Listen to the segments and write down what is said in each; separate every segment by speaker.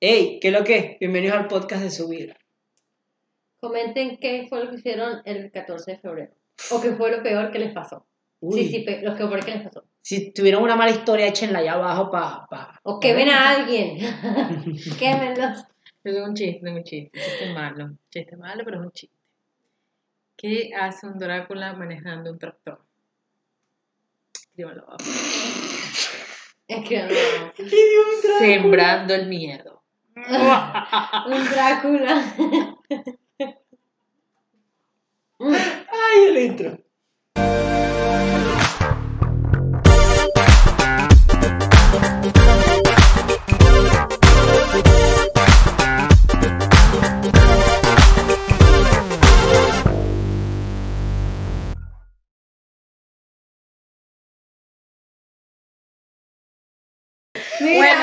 Speaker 1: Hey, ¿qué es lo que es? Bienvenidos al podcast de Subir.
Speaker 2: Comenten qué fue lo que hicieron el 14 de febrero. O qué fue lo peor que les pasó.
Speaker 1: Uy,
Speaker 2: Sí, sí, pe- lo que peor que les pasó.
Speaker 1: Si tuvieron una mala historia, échenla allá abajo para... Pa,
Speaker 2: O
Speaker 1: pa-
Speaker 2: quemen a alguien. Quémenlos.
Speaker 3: Es un chiste, es un chiste, un chiste malo. Un chiste malo, pero es un chiste. ¿Qué hace un Drácula manejando un tractor? Escríbanlo abajo.
Speaker 2: Escriban
Speaker 3: Sembrando el miedo.
Speaker 2: un Drácula.
Speaker 1: ¡Ay, el intro!
Speaker 3: Bueno,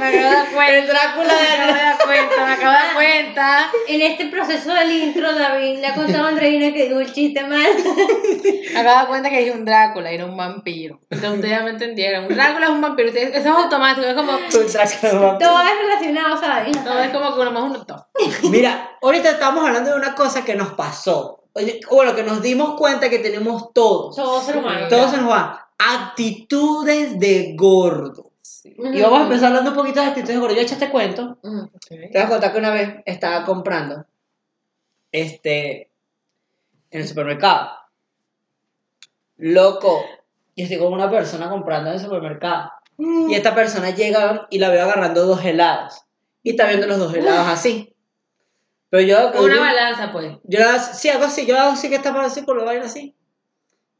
Speaker 3: me acabo de dar cuenta. El Drácula me acabo de dar cuenta, me acabo de dar cuenta.
Speaker 2: En este proceso del intro, David le ha contado a Andreina que dijo el chiste mal.
Speaker 3: Me acabo de dar cuenta que dije un Drácula, era un vampiro. Entonces ustedes ya me entendieron. Un Drácula es un vampiro. ustedes- eso es automático, es como.
Speaker 1: Tu traco-
Speaker 2: Todo es relacionado, ¿sabes?
Speaker 3: No, es como que uno más uno dos.
Speaker 1: Mira, ahorita estamos hablando de una cosa que nos pasó. Oye, O lo que nos dimos cuenta que tenemos todos.
Speaker 2: Todo ser humano.
Speaker 1: Todos se nos van. Actitudes de gordo. Y vamos a empezar hablando un poquito de actitudes de gordo. Yo he hecho este cuento.
Speaker 3: Mm,
Speaker 2: Ujú.
Speaker 1: Te voy a contar que una vez estaba comprando este en el supermercado. Loco, yo estoy con una persona comprando en el supermercado.
Speaker 2: Mm.
Speaker 1: Y esta persona llega y la veo agarrando dos helados. Y está viendo los dos helados así. Pero yo,
Speaker 3: Una
Speaker 1: yo,
Speaker 3: balanza, pues.
Speaker 1: yo la- sí hago así, yo hago así que está por así, por lo bailo así.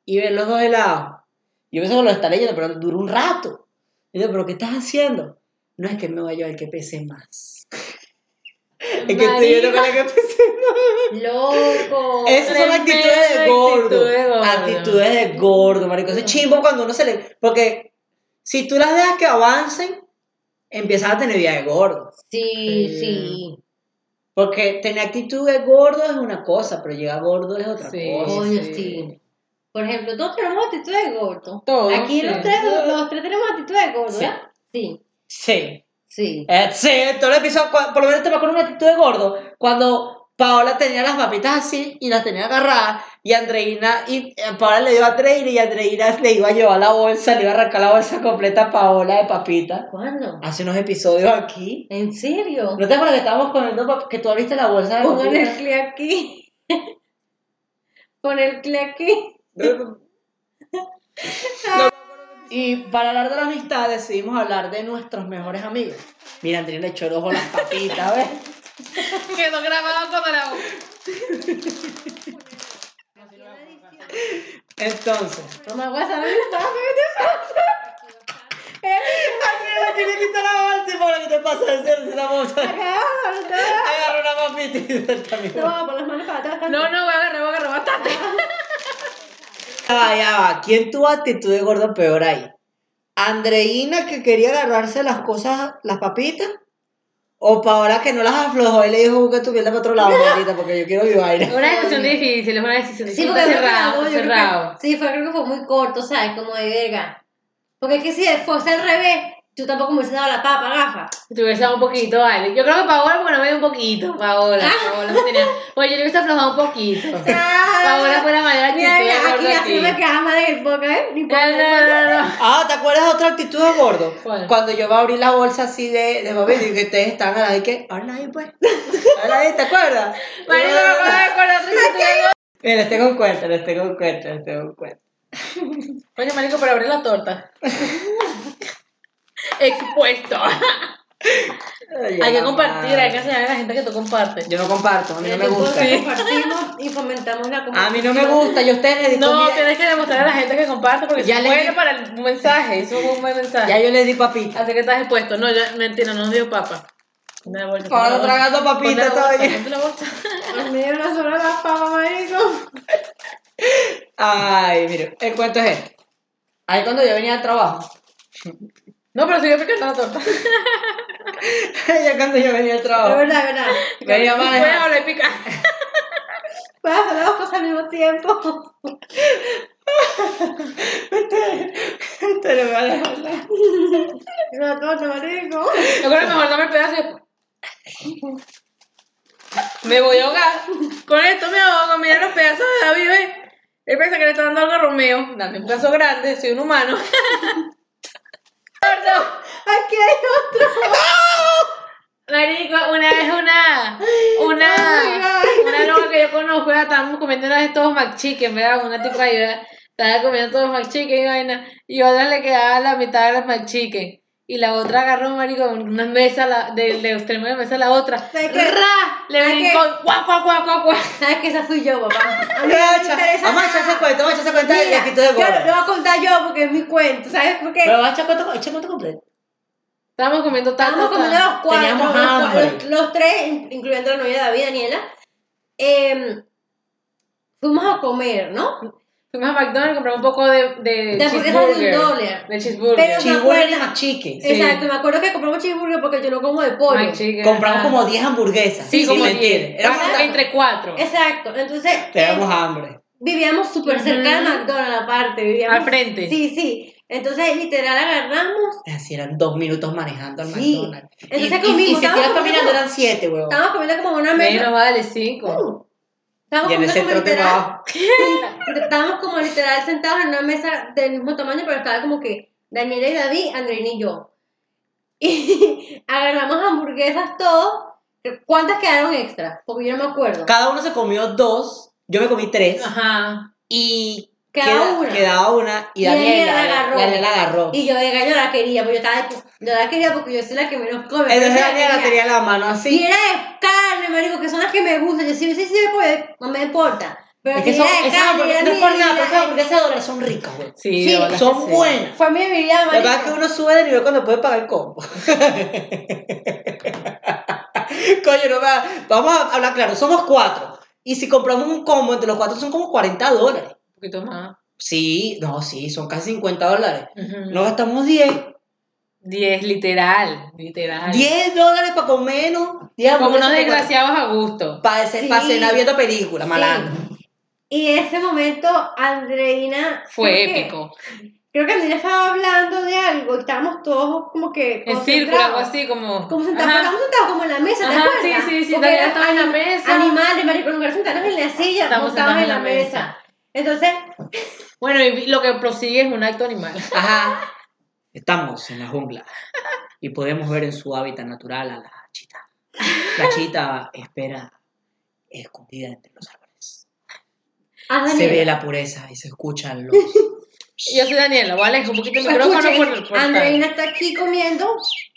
Speaker 1: Y ver los dos helados. Yo pienso que lo está leyendo, pero dura un rato. Y yo, pero ¿qué estás haciendo? No es que me vaya el que pese más. Es que estoy viendo con la que pensé.
Speaker 2: Loco.
Speaker 1: Esas son
Speaker 3: tremenda
Speaker 1: actitudes de gordo.
Speaker 3: actitud de gordo.
Speaker 1: Actitudes de gordo, marico. Eso es chimbo cuando uno se le. Porque si tú las dejas que avancen, empiezas a tener vida de gordo.
Speaker 2: Sí, sí.
Speaker 1: Porque tener actitud de gordo es una cosa, pero llegar gordo es otra
Speaker 3: Sí.
Speaker 1: cosa.
Speaker 2: Coño,
Speaker 3: sí.
Speaker 2: sí. Por ejemplo, todos tenemos actitud de gordo.
Speaker 3: Todos,
Speaker 2: Aquí
Speaker 3: sí.
Speaker 2: los, tres, los tres tenemos actitud de gordo,
Speaker 1: Sí.
Speaker 2: ¿verdad? Sí.
Speaker 1: Sí.
Speaker 2: Sí.
Speaker 1: Eh, sí, todo el episodio, cua- por lo menos te me acuerdo una actitud de gordo. Cuando Paola tenía las papitas así y las tenía agarradas, y Andreina, y eh, Paola le dio a Andreina, y Andreina le iba a llevar la bolsa, le iba a arrancar la bolsa completa a Paola de papitas.
Speaker 2: ¿Cuándo?
Speaker 1: hace unos episodios aquí.
Speaker 2: ¿En serio?
Speaker 1: ¿No te acuerdas que estábamos comiendo pap- que tú abriste la bolsa de
Speaker 2: Pongan el
Speaker 1: papitas?
Speaker 2: clic aquí. Pon el clic aquí.
Speaker 1: Y para hablar de la amistad decidimos hablar de nuestros mejores amigos. Mira, Andrés le echó el ojo a las papitas, ¿ves?
Speaker 3: Quedó grabado cuando la
Speaker 1: Entonces.
Speaker 2: No me voy a saber el paso, ¿qué te pasa?
Speaker 1: Andrea, ¿quién le quita la bolsa? ¿Y por qué te pasa de ser la bolsa?
Speaker 2: Acá,
Speaker 1: Agarra una papita y suelta mi bolsa.
Speaker 2: No, por las manos para atrás.
Speaker 3: No, no, voy a agarrar, voy a agarrar bastante.
Speaker 1: Ya va, ya va. ¿Quién tuvo actitud de gordo peor ahí? ¿Andreina que quería agarrarse las cosas, las papitas? ¿O Paola que no las aflojó y le dijo que tuviera para otro lado, maldita, porque yo quiero mi vaina?
Speaker 3: Una decisión difícil, es una decisión
Speaker 2: Sí,
Speaker 3: difícil.
Speaker 2: porque
Speaker 3: está
Speaker 2: fue
Speaker 3: cerrado,
Speaker 2: como-
Speaker 3: está
Speaker 2: yo creo que-
Speaker 3: cerrado.
Speaker 2: Sí, fue, creo que fue muy corto, ¿sabes? Como de verga. Porque es que si fuese al revés, tú tampoco me hubieses dado la papa, gafa.
Speaker 3: Te hubiese dado un poquito, vale. Yo creo que Paola, bueno, me dio un poquito. Paola,
Speaker 2: Ah.
Speaker 3: Paola me tenía. Pues yo le hubiese aflojado un poquito. Paola fue la mayor actitud.
Speaker 2: Mira, mira,
Speaker 3: gordo
Speaker 2: aquí así me quedaba mal en el boca, ¿eh? Ni por-
Speaker 3: No, no, no, no.
Speaker 1: Ah, ¿te acuerdas de otra actitud de gordo?
Speaker 3: ¿Cuál?
Speaker 1: Cuando yo iba a abrir la bolsa así de, de papel y que ustedes están ahí que, habla ahí pues, habla ahí, ¿te acuerdas?
Speaker 3: Marico, me acabo de acordar otra actitud de gordo.
Speaker 1: Mira, les tengo un cuento, les tengo un cuento, les tengo un cuento.
Speaker 3: Oye, marico, para abrir la torta. Expuesto.
Speaker 1: Ay,
Speaker 3: Hay que
Speaker 1: la
Speaker 3: compartir,
Speaker 1: madre.
Speaker 3: hay que enseñar a la gente que tú compartes.
Speaker 1: Yo no comparto, a mí no
Speaker 2: En
Speaker 1: me
Speaker 2: el
Speaker 1: gusta.
Speaker 2: podcast Compartimos y fomentamos la
Speaker 1: A mí
Speaker 2: comunicación.
Speaker 1: no me gusta, yo a ustedes les di
Speaker 3: No,
Speaker 1: comida.
Speaker 3: tienes que demostrar a la gente que comparte porque
Speaker 1: Ya
Speaker 3: es
Speaker 1: les-
Speaker 3: bueno para el mensaje. Eso es un buen mensaje.
Speaker 1: Ya yo les di papita.
Speaker 3: Así que estás expuesto. No, yo, mentira, no dio papa. Una bolsa.
Speaker 1: Ahora
Speaker 3: ponte la
Speaker 1: tragando
Speaker 3: bolsa,
Speaker 1: papita
Speaker 3: ponte la bolsa,
Speaker 1: todavía.
Speaker 3: ponte la bolsa.
Speaker 2: Me dieron la sola la papa, marico.
Speaker 1: Ay, mire, el cuento es este. Ahí cuando yo venía al trabajo,
Speaker 3: No, pero sigue picando la torta.
Speaker 1: ya cuando yo venía al
Speaker 2: Es
Speaker 1: trabajo,
Speaker 2: verdad, es verdad.
Speaker 1: venía
Speaker 3: Puedes
Speaker 1: manejando.
Speaker 3: hablar y picar.
Speaker 2: Puedes hacer las dos cosas al mismo tiempo.
Speaker 1: Te lo voy a dejar. Este,
Speaker 2: No, no, no, marico.
Speaker 3: Yo creo que mejor dame el pedazo y después. Me voy a ahogar. Con esto me ahogo. Mira los pedazos de David, ¿ves? Él piensa que le está dando algo a Romeo. Dame un pedazo grande, soy un humano.
Speaker 2: Aquí hay otro.
Speaker 3: Marico, una vez una. Una. Una loca que yo conozco, ¿verdad? estábamos comiendo una vez todos McChicken, ¿verdad? Una tipa ahí, ¿verdad? Estaba comiendo todos McChicken y vaina. Y otra le quedaba la mitad de los McChicken. Y la otra agarró, marico, una mesa, la, de, de extremo de la mesa a la otra.
Speaker 2: ¿Sabes qué?
Speaker 3: ¡Ra! Le
Speaker 2: ¿Sabes qué?
Speaker 3: brincó, guau, guau, guau, guau, guau.
Speaker 2: Sabes que esa fui yo, papá. A mí no me interesa
Speaker 1: Vamos a
Speaker 2: nada.
Speaker 1: echarse cuenta, vamos a echarse cuenta del
Speaker 2: Mira,
Speaker 1: viejito de
Speaker 2: yo lo, lo
Speaker 1: gordo.
Speaker 2: voy a contar yo porque es mi cuento, ¿sabes por qué?
Speaker 1: Pero vamos a echar cuenta, echa cuenta completo.
Speaker 3: Estábamos comiendo tal.
Speaker 2: Estábamos comiendo los cuatro,
Speaker 1: Teníamos
Speaker 2: los, cua-
Speaker 1: hambre.
Speaker 2: los- los tres, in- incluyendo la novia de David, Daniela. Eh, fuimos a comer, ¿no?
Speaker 3: Fuimos a McDonald's, compramos un poco de, de,
Speaker 2: De hamburguesa de un
Speaker 3: cheeseburger.
Speaker 2: dólar.
Speaker 3: De cheeseburger.
Speaker 2: Pero- ¿te
Speaker 1: Chihuahua
Speaker 2: acuerdas?
Speaker 1: más chique.
Speaker 3: Sí.
Speaker 2: Exacto, me acuerdo que compramos cheeseburger porque yo no como de pollo.
Speaker 3: McChicken,
Speaker 1: Compramos
Speaker 3: ajá.
Speaker 1: como 10 hamburguesas.
Speaker 3: Sí,
Speaker 1: sin
Speaker 3: como
Speaker 1: mentir.
Speaker 3: 10.
Speaker 1: Éramos
Speaker 3: Era
Speaker 1: tantos.
Speaker 3: entre cuatro.
Speaker 2: Exacto, entonces eh,
Speaker 1: Teníamos hambre.
Speaker 2: vivíamos súper cerca de
Speaker 3: Ujú.
Speaker 2: McDonald's aparte. Vivíamos,
Speaker 3: Al frente.
Speaker 2: Sí, sí. Entonces, literal, agarramos.
Speaker 1: Así eran dos minutos manejando al
Speaker 2: Sí.
Speaker 1: McDonald's.
Speaker 2: Entonces
Speaker 1: y, y-
Speaker 2: comimos,
Speaker 1: y si te
Speaker 2: estábamos
Speaker 1: ibas
Speaker 2: comiendo
Speaker 1: caminando
Speaker 2: como-
Speaker 1: eran siete, huevón.
Speaker 2: Estábamos comiendo como una mesa.
Speaker 3: Menos vale cinco.
Speaker 2: Estábamos
Speaker 1: Y en
Speaker 2: comiendo
Speaker 1: ese
Speaker 2: como
Speaker 1: trote
Speaker 2: literal-
Speaker 1: abajo.
Speaker 2: Estábamos como literal sentados en una mesa del mismo tamaño, pero estaba como que Daniela y David, Andreina y yo. Y agarramos hamburguesas todos. ¿Cuántas quedaron extras? Porque yo no me acuerdo.
Speaker 1: Cada uno se comió dos. Yo me comí tres.
Speaker 3: Ajá.
Speaker 1: Y
Speaker 2: Cada
Speaker 1: queda-
Speaker 2: Ah. una.
Speaker 1: quedaba una. Y
Speaker 2: Y
Speaker 1: Daniela,
Speaker 2: Daniela la agarró.
Speaker 1: Daniela la agarró.
Speaker 2: Y yo, venga, yo la quería, porque yo estaba, yo la quería porque yo soy la que menos come. pero
Speaker 1: Entonces
Speaker 2: yo la
Speaker 1: Daniela
Speaker 2: quería.
Speaker 1: tenía la mano
Speaker 2: Y
Speaker 1: así.
Speaker 2: era de carne, marico, que son las que me gustan. Yo sí, sí, sí, pues, no me importa. Pero
Speaker 1: Es que
Speaker 2: si
Speaker 1: son,
Speaker 2: era de
Speaker 1: esas
Speaker 2: carne,
Speaker 1: hamburguesas-
Speaker 2: era
Speaker 1: no es por
Speaker 2: mi-
Speaker 1: nada, pero
Speaker 2: era-
Speaker 1: esas hamburguesas de dólar son ricas, güey.
Speaker 3: Sí,
Speaker 2: eh. Sí,
Speaker 3: de bolas
Speaker 1: Son
Speaker 3: que sí.
Speaker 1: buenas.
Speaker 2: Fue mi vida,
Speaker 1: La
Speaker 2: marico.
Speaker 1: verdad es que uno sube de nivel cuando puede pagar el combo. Coño, no va. Vamos a hablar claro, somos cuatro. Y si compramos un combo entre los cuatro son como 40 dólares.
Speaker 3: Un poquito más.
Speaker 1: Sí, no, sí, son casi 50 dólares.
Speaker 3: Ujú.
Speaker 1: No gastamos 10.
Speaker 3: Diez, literal. Literal.
Speaker 1: 10 dólares para comer, ¿no? 10
Speaker 3: Como unos
Speaker 1: hamburguesas para-
Speaker 3: desgraciados a gusto.
Speaker 1: Para
Speaker 2: Sí.
Speaker 1: pa cenar viendo películas, malandro.
Speaker 2: Sí. Y ese momento, Andreina.
Speaker 3: Fue
Speaker 2: creo que-
Speaker 3: épico.
Speaker 2: creo que Andreina estaba hablando de algo y estábamos todos como que.
Speaker 3: En círculo, algo
Speaker 2: concentrados.
Speaker 3: así como.
Speaker 2: Como sentados,
Speaker 3: Ajá.
Speaker 2: pero estábamos sentados como en la mesa, ¿te
Speaker 3: Ajá,
Speaker 2: acuerdas?
Speaker 3: sí, sí, sí,
Speaker 2: Porque
Speaker 3: todavía
Speaker 2: eran
Speaker 3: estaba en la
Speaker 2: anim-
Speaker 3: mesa.
Speaker 2: Animales, marico, en lugar de sentarnos en la silla,
Speaker 3: Estábamos
Speaker 2: montados
Speaker 3: sentados
Speaker 2: en la mesa. Entonces,
Speaker 3: Bueno, y lo que prosigue es un acto animal.
Speaker 1: Ajá. Estamos en la jungla y podemos ver en su hábitat natural a la chita. La chita espera escondida entre los árboles.
Speaker 2: a
Speaker 1: Se ve
Speaker 2: Ah, Daniela.
Speaker 1: la pureza y se escuchan los...
Speaker 3: Yo soy Daniela, voy a alejar un poquito el
Speaker 2: Pues,
Speaker 3: micrófono
Speaker 2: escuchen,
Speaker 3: por, por
Speaker 2: Andreina está aquí comiendo,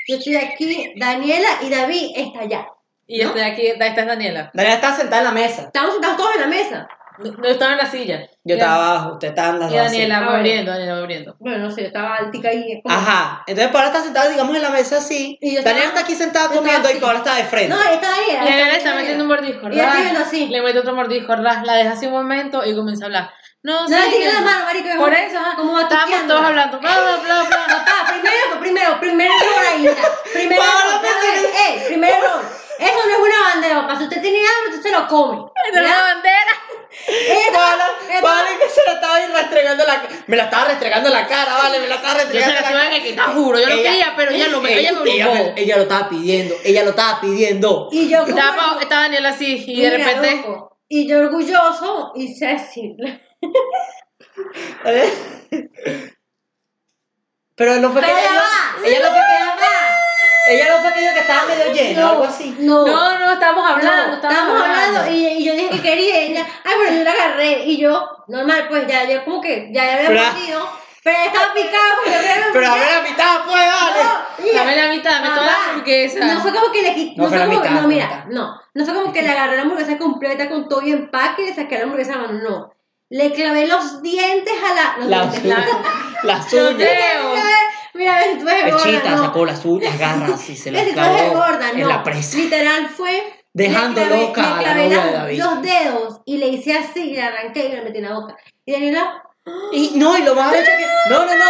Speaker 2: yo estoy aquí, Daniela y David está allá.
Speaker 3: Y estoy aquí, esta, esta es Daniela.
Speaker 1: Daniela estaba sentada en la mesa.
Speaker 2: Estamos sentados todos en la mesa.
Speaker 3: No, no estaba en la silla.
Speaker 1: Yo
Speaker 3: Y-
Speaker 1: estaba abajo, usted estaba en la
Speaker 3: Y Daniela
Speaker 2: Ah,
Speaker 3: va
Speaker 2: bueno.
Speaker 3: abriendo, Daniela va abriendo.
Speaker 2: Bueno, no sé, yo estaba altica ahí. como-
Speaker 1: Ajá. Entonces Paola está sentada, digamos, en la mesa así.
Speaker 2: Y yo
Speaker 1: Daniela
Speaker 2: estaba-
Speaker 1: está aquí sentada
Speaker 2: yo estaba
Speaker 1: comiendo y
Speaker 2: así.
Speaker 1: Paola está de frente.
Speaker 2: No, está ahí.
Speaker 3: Y Daniela le está metiendo un mordisco,
Speaker 2: Y ella está
Speaker 3: ras,
Speaker 2: viendo así.
Speaker 3: Le mete otro mordisco, ras, la deja así un momento y comienza a hablar. No,
Speaker 2: No le
Speaker 3: sí,
Speaker 2: tiene
Speaker 3: que-
Speaker 2: la mano, marico.
Speaker 3: Por eso, ajá,
Speaker 2: Como
Speaker 3: estábamos
Speaker 2: batuqueando.
Speaker 3: todos hablando, bla, bla, bla, bla.
Speaker 2: Papá, primero, primero, primero error ahí. Primero
Speaker 1: Paola,
Speaker 2: error.
Speaker 1: pero
Speaker 2: ya ves, Eh, primer error. Eso no es una bandera, papá. Si usted tiene hambre, usted se lo come.
Speaker 3: Esa es la bandera.
Speaker 2: Ella estaba-
Speaker 1: Paola,
Speaker 2: ella estaba-
Speaker 1: Paola que se la estaba ahí restregando la cara. Me la estaba restregando la cara, vale, me la estaba
Speaker 3: Yo se
Speaker 1: restregando
Speaker 3: la
Speaker 1: la
Speaker 3: tuve
Speaker 1: cara.
Speaker 3: que quitar, juro. Yo lo quería, pero ella lo ella me
Speaker 1: ella
Speaker 3: obligó.
Speaker 1: me- ella lo estaba pidiendo, ella lo estaba pidiendo.
Speaker 2: Y yo como-
Speaker 3: Estaba, pa- estaba Daniela así y
Speaker 2: Mira,
Speaker 3: de repente.
Speaker 2: loco. Y yo orgulloso y Ceci.
Speaker 1: Pero no fue que
Speaker 2: Pero
Speaker 1: ella,
Speaker 2: va,
Speaker 1: ella no fue que
Speaker 2: va.
Speaker 1: ella no fue que dijo que estaba medio lleno, algo así.
Speaker 2: No. no.
Speaker 3: No, no, estábamos hablando,
Speaker 2: No, estábamos hablando y, y yo dije que quería y ella, ay, pero yo la agarré y yo, normal, pues ya, yo como que ya, ya
Speaker 1: Pero-
Speaker 2: había mordido, pero ella estaba picada porque yo había
Speaker 1: Pero a
Speaker 2: mordido.
Speaker 1: ver la mitad, pues, dale.
Speaker 2: No, y-
Speaker 3: Dame la mitad, dame toda la
Speaker 2: Papá,
Speaker 3: hamburguesa.
Speaker 2: No fue como que le quité.
Speaker 1: No
Speaker 2: No,
Speaker 1: fue
Speaker 2: fue
Speaker 1: la
Speaker 2: como que-
Speaker 1: mitad,
Speaker 2: no,
Speaker 1: fue
Speaker 2: mira,
Speaker 1: la mitad.
Speaker 2: no. No fue como que le agarré la hamburguesa completa con todo y empaque y le saqué la hamburguesa a la mano, no. Le clavé los dientes a la. Los
Speaker 1: Las
Speaker 2: dientes,
Speaker 1: uñas,
Speaker 2: la-
Speaker 1: las
Speaker 3: Los
Speaker 1: uñas.
Speaker 3: dedos.
Speaker 2: Mira, ves, tú eres gorda.
Speaker 1: Pechita
Speaker 2: No.
Speaker 1: sacó las uñas, las garras y se
Speaker 2: Ves,
Speaker 1: las
Speaker 2: si tú eres
Speaker 1: clavó
Speaker 2: gorda, no.
Speaker 1: en la presa.
Speaker 2: Literal fue.
Speaker 1: Dejando
Speaker 2: le clavé-
Speaker 1: loca
Speaker 2: le
Speaker 1: a la
Speaker 2: clavé
Speaker 1: novia
Speaker 2: las-
Speaker 1: de David.
Speaker 2: Los dedos y le hice así y le arranqué y le metí en la boca. Y Daniela.
Speaker 1: Y no, y lo más arrecho es que. No, no, no.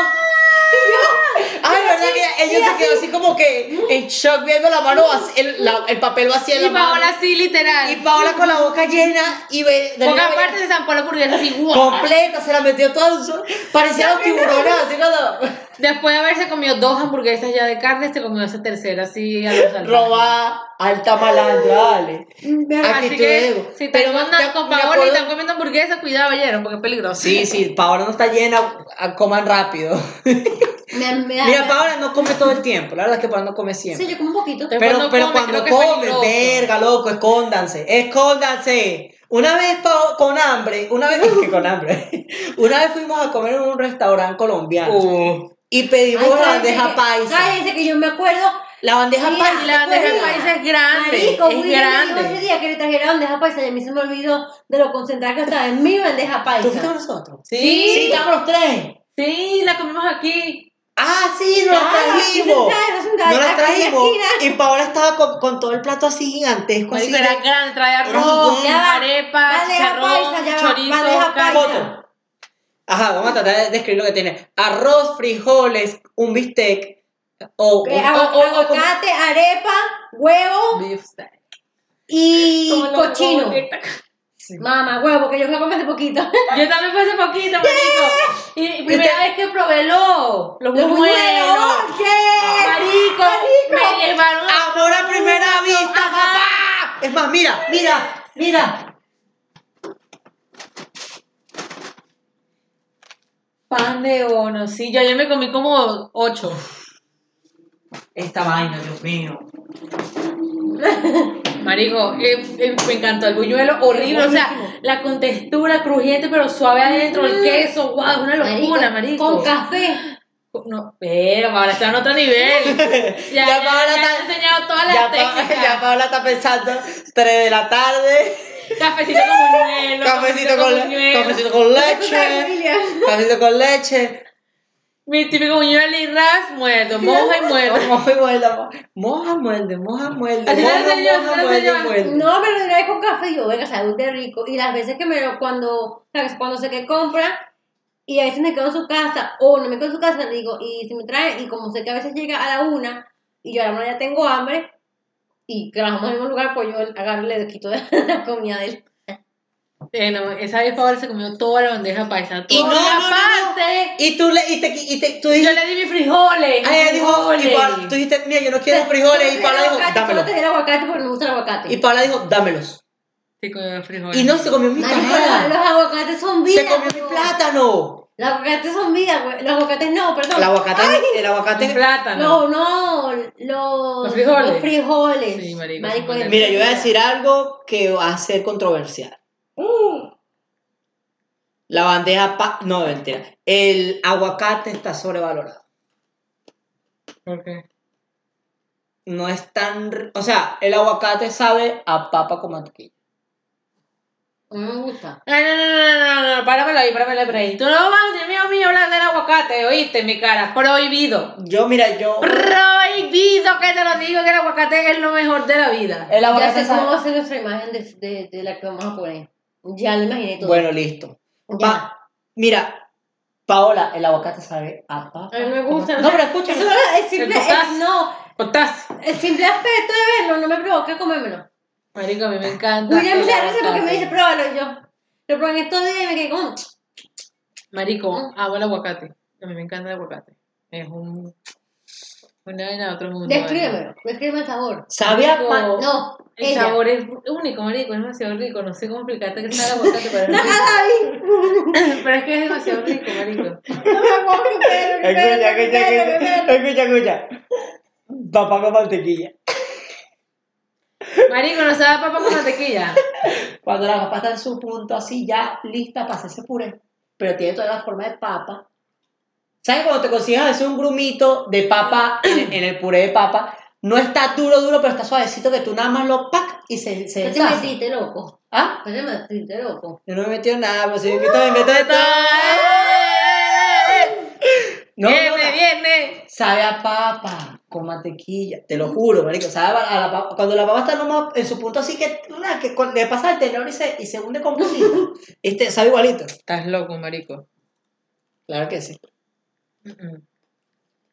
Speaker 2: ¡Yo!
Speaker 1: Ay, verdad que ella se quedó así como que en shock viendo la mano, vac- el, la- el papel vacío en
Speaker 3: Y
Speaker 1: la mano.
Speaker 3: Paola sí, literal.
Speaker 1: Y Paola con la boca llena y ve, de
Speaker 3: Porque aparte se zampó la hamburguesa así, ¡guau!
Speaker 1: completa, se la metió toda en un solo. Parecía los tiburones, así cuando
Speaker 3: Después de haberse comido dos hamburguesas ya de carne, se comió esa tercera así a los salvajes.
Speaker 1: robada, alta malandra, dale.
Speaker 2: Verga.
Speaker 3: Así
Speaker 1: actitud de
Speaker 3: que
Speaker 1: ego.
Speaker 3: si
Speaker 1: Pero
Speaker 3: están con,
Speaker 1: me-
Speaker 3: con
Speaker 1: me
Speaker 3: Paola
Speaker 1: acuerdo-
Speaker 3: y están comiendo hamburguesas, cuidado, oyeron, porque es peligroso.
Speaker 1: Sí, sí, Paola no está llena, a- coman rápido.
Speaker 2: Me, me da-
Speaker 1: Mira, Paola no come todo el tiempo, la verdad es que Paola no come siempre.
Speaker 2: Sí, yo como un poquito.
Speaker 3: Pero
Speaker 1: Pero,
Speaker 3: cuando
Speaker 1: pero
Speaker 3: come,
Speaker 1: cuando
Speaker 3: creo que es
Speaker 1: come,
Speaker 3: peligroso.
Speaker 1: verga, loco, escóndanse, escóndanse. Una vez pa- con hambre, una vez es que con hambre, una vez fuimos a comer en un restaurante colombiano
Speaker 3: Uh.
Speaker 1: y pedimos
Speaker 2: Ay,
Speaker 1: la
Speaker 2: cállense
Speaker 1: bandeja
Speaker 2: que-
Speaker 1: paisa.
Speaker 2: Cállense que yo me acuerdo
Speaker 1: La bandeja
Speaker 2: Mira,
Speaker 1: paisa.
Speaker 3: Y la bandeja paisa es grande.
Speaker 2: Marico,
Speaker 3: es
Speaker 2: Willy me dijo ese
Speaker 3: grande.
Speaker 2: día que le trajera bandeja paisa y a mí se me olvidó de lo concentrada que estaba en mi bandeja
Speaker 1: ¿Tú fuiste con
Speaker 2: paisa.
Speaker 1: nosotros?
Speaker 3: Sí.
Speaker 1: Sí, estamos los tres.
Speaker 3: Sí, la comimos aquí.
Speaker 1: Ah, sí, nos la
Speaker 2: Claro, sí,
Speaker 1: trajimos.
Speaker 2: sentadas, sentadas,
Speaker 1: Nos la
Speaker 2: acá en la
Speaker 1: trajimos. Y
Speaker 2: esquina.
Speaker 1: Paola estaba con, con todo el plato así gigantesco, así.
Speaker 3: Marico, era
Speaker 1: de-
Speaker 3: grande, traía
Speaker 1: Era
Speaker 3: arroz,
Speaker 1: gigante.
Speaker 2: Ya va,
Speaker 3: arepa,
Speaker 2: bandeja paisa, ya
Speaker 3: chicharrón,
Speaker 2: va,
Speaker 3: chorizo,
Speaker 2: bandeja
Speaker 3: carne.
Speaker 2: paisa.
Speaker 1: Foto. Ajá, vamos a tratar de describir lo que tiene. Arroz, frijoles, un bistec o un, o-
Speaker 2: Eh, avo-
Speaker 1: o- o-
Speaker 2: Aguacate, arepa, huevo
Speaker 3: Beef steak.
Speaker 2: y
Speaker 3: Como lo-
Speaker 2: cochino.
Speaker 3: como tic-tac.
Speaker 2: Mamá, huevo, que yo me comí hace poquito.
Speaker 3: Yo también fui hace poquito, marico. Y primera
Speaker 1: Este-
Speaker 3: vez que probé lo, los
Speaker 2: Los
Speaker 3: buñuelos.
Speaker 2: huevos,
Speaker 3: Marico, me llevaron a...
Speaker 1: amor a primera vista, papá. Es más, mira, mira, mira.
Speaker 3: Pan de bono, sí. Yo ayer me comí como ocho.
Speaker 1: Esta vaina, Dios mío.
Speaker 3: Marico, eh, eh, me encantó el buñuelo, horrible, o sea, la contextura crujiente pero suave adentro,
Speaker 1: Mm.
Speaker 3: el queso, wow, es una locura, marico.
Speaker 2: Con café.
Speaker 3: No, pero ahora está en otro nivel. Ya,
Speaker 1: Ya
Speaker 3: ya,
Speaker 1: Paola
Speaker 3: ya,
Speaker 1: está-
Speaker 3: te he enseñado todas las
Speaker 1: Ya, Pa-
Speaker 3: técnicas.
Speaker 1: ya Paola está pensando, 3 de la tarde,
Speaker 3: Cafecito con buñuelo,
Speaker 1: cafecito con, le-
Speaker 3: buñuelo.
Speaker 1: cafecito con leche,
Speaker 2: Familia.
Speaker 1: cafecito con leche,
Speaker 3: Mi típico buñuelo y ras, muerto, moja y muerto.
Speaker 1: Moja y muerde, mo- moja, muerde, moja, muerde,
Speaker 3: Así
Speaker 1: moja,
Speaker 3: la enseñó,
Speaker 1: moja,
Speaker 3: así la
Speaker 1: muerde,
Speaker 3: enseñó.
Speaker 1: muerde.
Speaker 2: No, me lo trae con café y yo, venga, sabe de rico. Y las veces que me lo, cuando, ¿sabes? Cuando sé que compra, y a veces me quedo en su casa, o no me quedo en su casa, le digo, y si me trae, y como sé que a veces llega a la una, y yo a la una ya tengo hambre, y que trabajamos en el mismo lugar, pues yo agarro y le quito la comida de él.
Speaker 3: Eh, no, esa vez Paola se comió toda la bandeja paisa, toda.
Speaker 1: Y no, no, no, no.
Speaker 3: aparte,
Speaker 1: Y tú le, y te, y te, tú
Speaker 3: yo
Speaker 1: dijiste,
Speaker 3: le di mis frijoles.
Speaker 1: ay, ella
Speaker 3: mis
Speaker 1: dijo, y
Speaker 3: frijoles.
Speaker 1: Paola- tú dijiste, mira, yo no quiero frijoles, y Paola dijo,
Speaker 2: Yo no
Speaker 1: dámelos.
Speaker 2: te di el aguacate porque no me gusta el aguacate.
Speaker 1: Y Paola dijo, dámelos.
Speaker 3: Sí, comió los frijoles.
Speaker 1: Y no, se comió mi
Speaker 2: Marico, los,
Speaker 1: tajada,
Speaker 2: los aguacates son vida.
Speaker 1: se comió mi
Speaker 2: weón.
Speaker 1: plátano.
Speaker 2: Los aguacates son vida, güey. Los aguacates no, perdón.
Speaker 1: El aguacate,
Speaker 2: Ay,
Speaker 1: el
Speaker 3: Un
Speaker 1: aguacate.
Speaker 3: plátano.
Speaker 2: No, no, los,
Speaker 3: Los frijoles.
Speaker 2: los frijoles.
Speaker 3: Sí, marico,
Speaker 2: Marico,
Speaker 3: son
Speaker 2: es-
Speaker 1: Mira, yo voy a decir algo que va a ser controversial.
Speaker 2: Mm,
Speaker 1: La bandeja, pa no, mentira. El aguacate está sobrevalorado.
Speaker 3: ¿Por qué?
Speaker 1: No es tan, r- o sea, el aguacate sabe a papa con mantequilla.
Speaker 2: No me gusta.
Speaker 3: Ay, no, no, no, no, no, no, páramelo ahí, páramelo ahí, por ahí. Tú no vas, Dios mío, mío, hablar del aguacate, oíste, mi cara, prohibido.
Speaker 1: Yo, mira, yo...
Speaker 3: Prohibido que te lo digo que el aguacate es lo mejor de la vida.
Speaker 1: El
Speaker 2: Ya
Speaker 1: aguacate
Speaker 2: sé cómo va
Speaker 1: sabe...
Speaker 2: a ser nuestra imagen de, de, de la que vamos a poner. Ya lo imaginé todo.
Speaker 1: Bueno, listo.
Speaker 2: Ya.
Speaker 1: Pa- mira, Paola, el aguacate sabe a papa.
Speaker 2: A mí me gusta.
Speaker 1: No, pero escucha.
Speaker 2: Eso no, el simple,
Speaker 3: El potas.
Speaker 2: el- no,
Speaker 3: ¿Contás?
Speaker 2: el simple aspecto de verlo no me provoca comérmelo.
Speaker 3: Marico, a mí me encanta.
Speaker 2: William
Speaker 3: el
Speaker 2: se hace porque me
Speaker 3: aguacate.
Speaker 2: dice, pruébalo. y Yo lo probé en estos días y me quedé como.
Speaker 3: Marico, amo el aguacate. A mí me encanta el aguacate. Es un... Una vaina de otro mundo. ¿vale?
Speaker 2: Descríbemelo, descríbeme el sabor.
Speaker 1: Sabe a pa-
Speaker 3: Marico,
Speaker 2: No,
Speaker 3: El
Speaker 2: ella.
Speaker 3: sabor es único, marico, es demasiado rico. No sé cómo explicarte que sabe el aguacate, pero
Speaker 2: No,
Speaker 3: es rico.
Speaker 2: David.
Speaker 3: Pero es que es demasiado rico, marico.
Speaker 2: No me puedo creer, no me
Speaker 1: Escucha,
Speaker 2: puedo
Speaker 1: escucha,
Speaker 2: creer, no me puedo
Speaker 1: escucha, escucha, escucha. Papá con mantequilla.
Speaker 3: Marico, no sabe a papa con mantequilla.
Speaker 1: Cuando la papa está en su punto así, ya lista para hacerse puré. Pero tiene toda la forma de papa. ¿Sabes cuando te consigues a veces un grumito de papa en, en el puré de papa? No está duro, duro, pero está suavecito que tú nada más lo pac y se, se
Speaker 2: creer. No te
Speaker 1: deshace.
Speaker 2: metiste loco.
Speaker 1: ¿Ah?
Speaker 2: No te metiste loco.
Speaker 1: Yo no me he metido en nada, pero si me meto, me meto de todo. No,
Speaker 3: ¡Que
Speaker 1: no,
Speaker 3: me
Speaker 1: no.
Speaker 3: viene!
Speaker 1: Sabe a papa con mantequilla, te lo juro, marico. Sabe a la papa. Cuando la papa está nomás en su punto así que, una, que cu- le pasa el tenor y se, y se hunde completito. este, sabe igualito.
Speaker 3: Estás loco, marico.
Speaker 1: Claro que sí.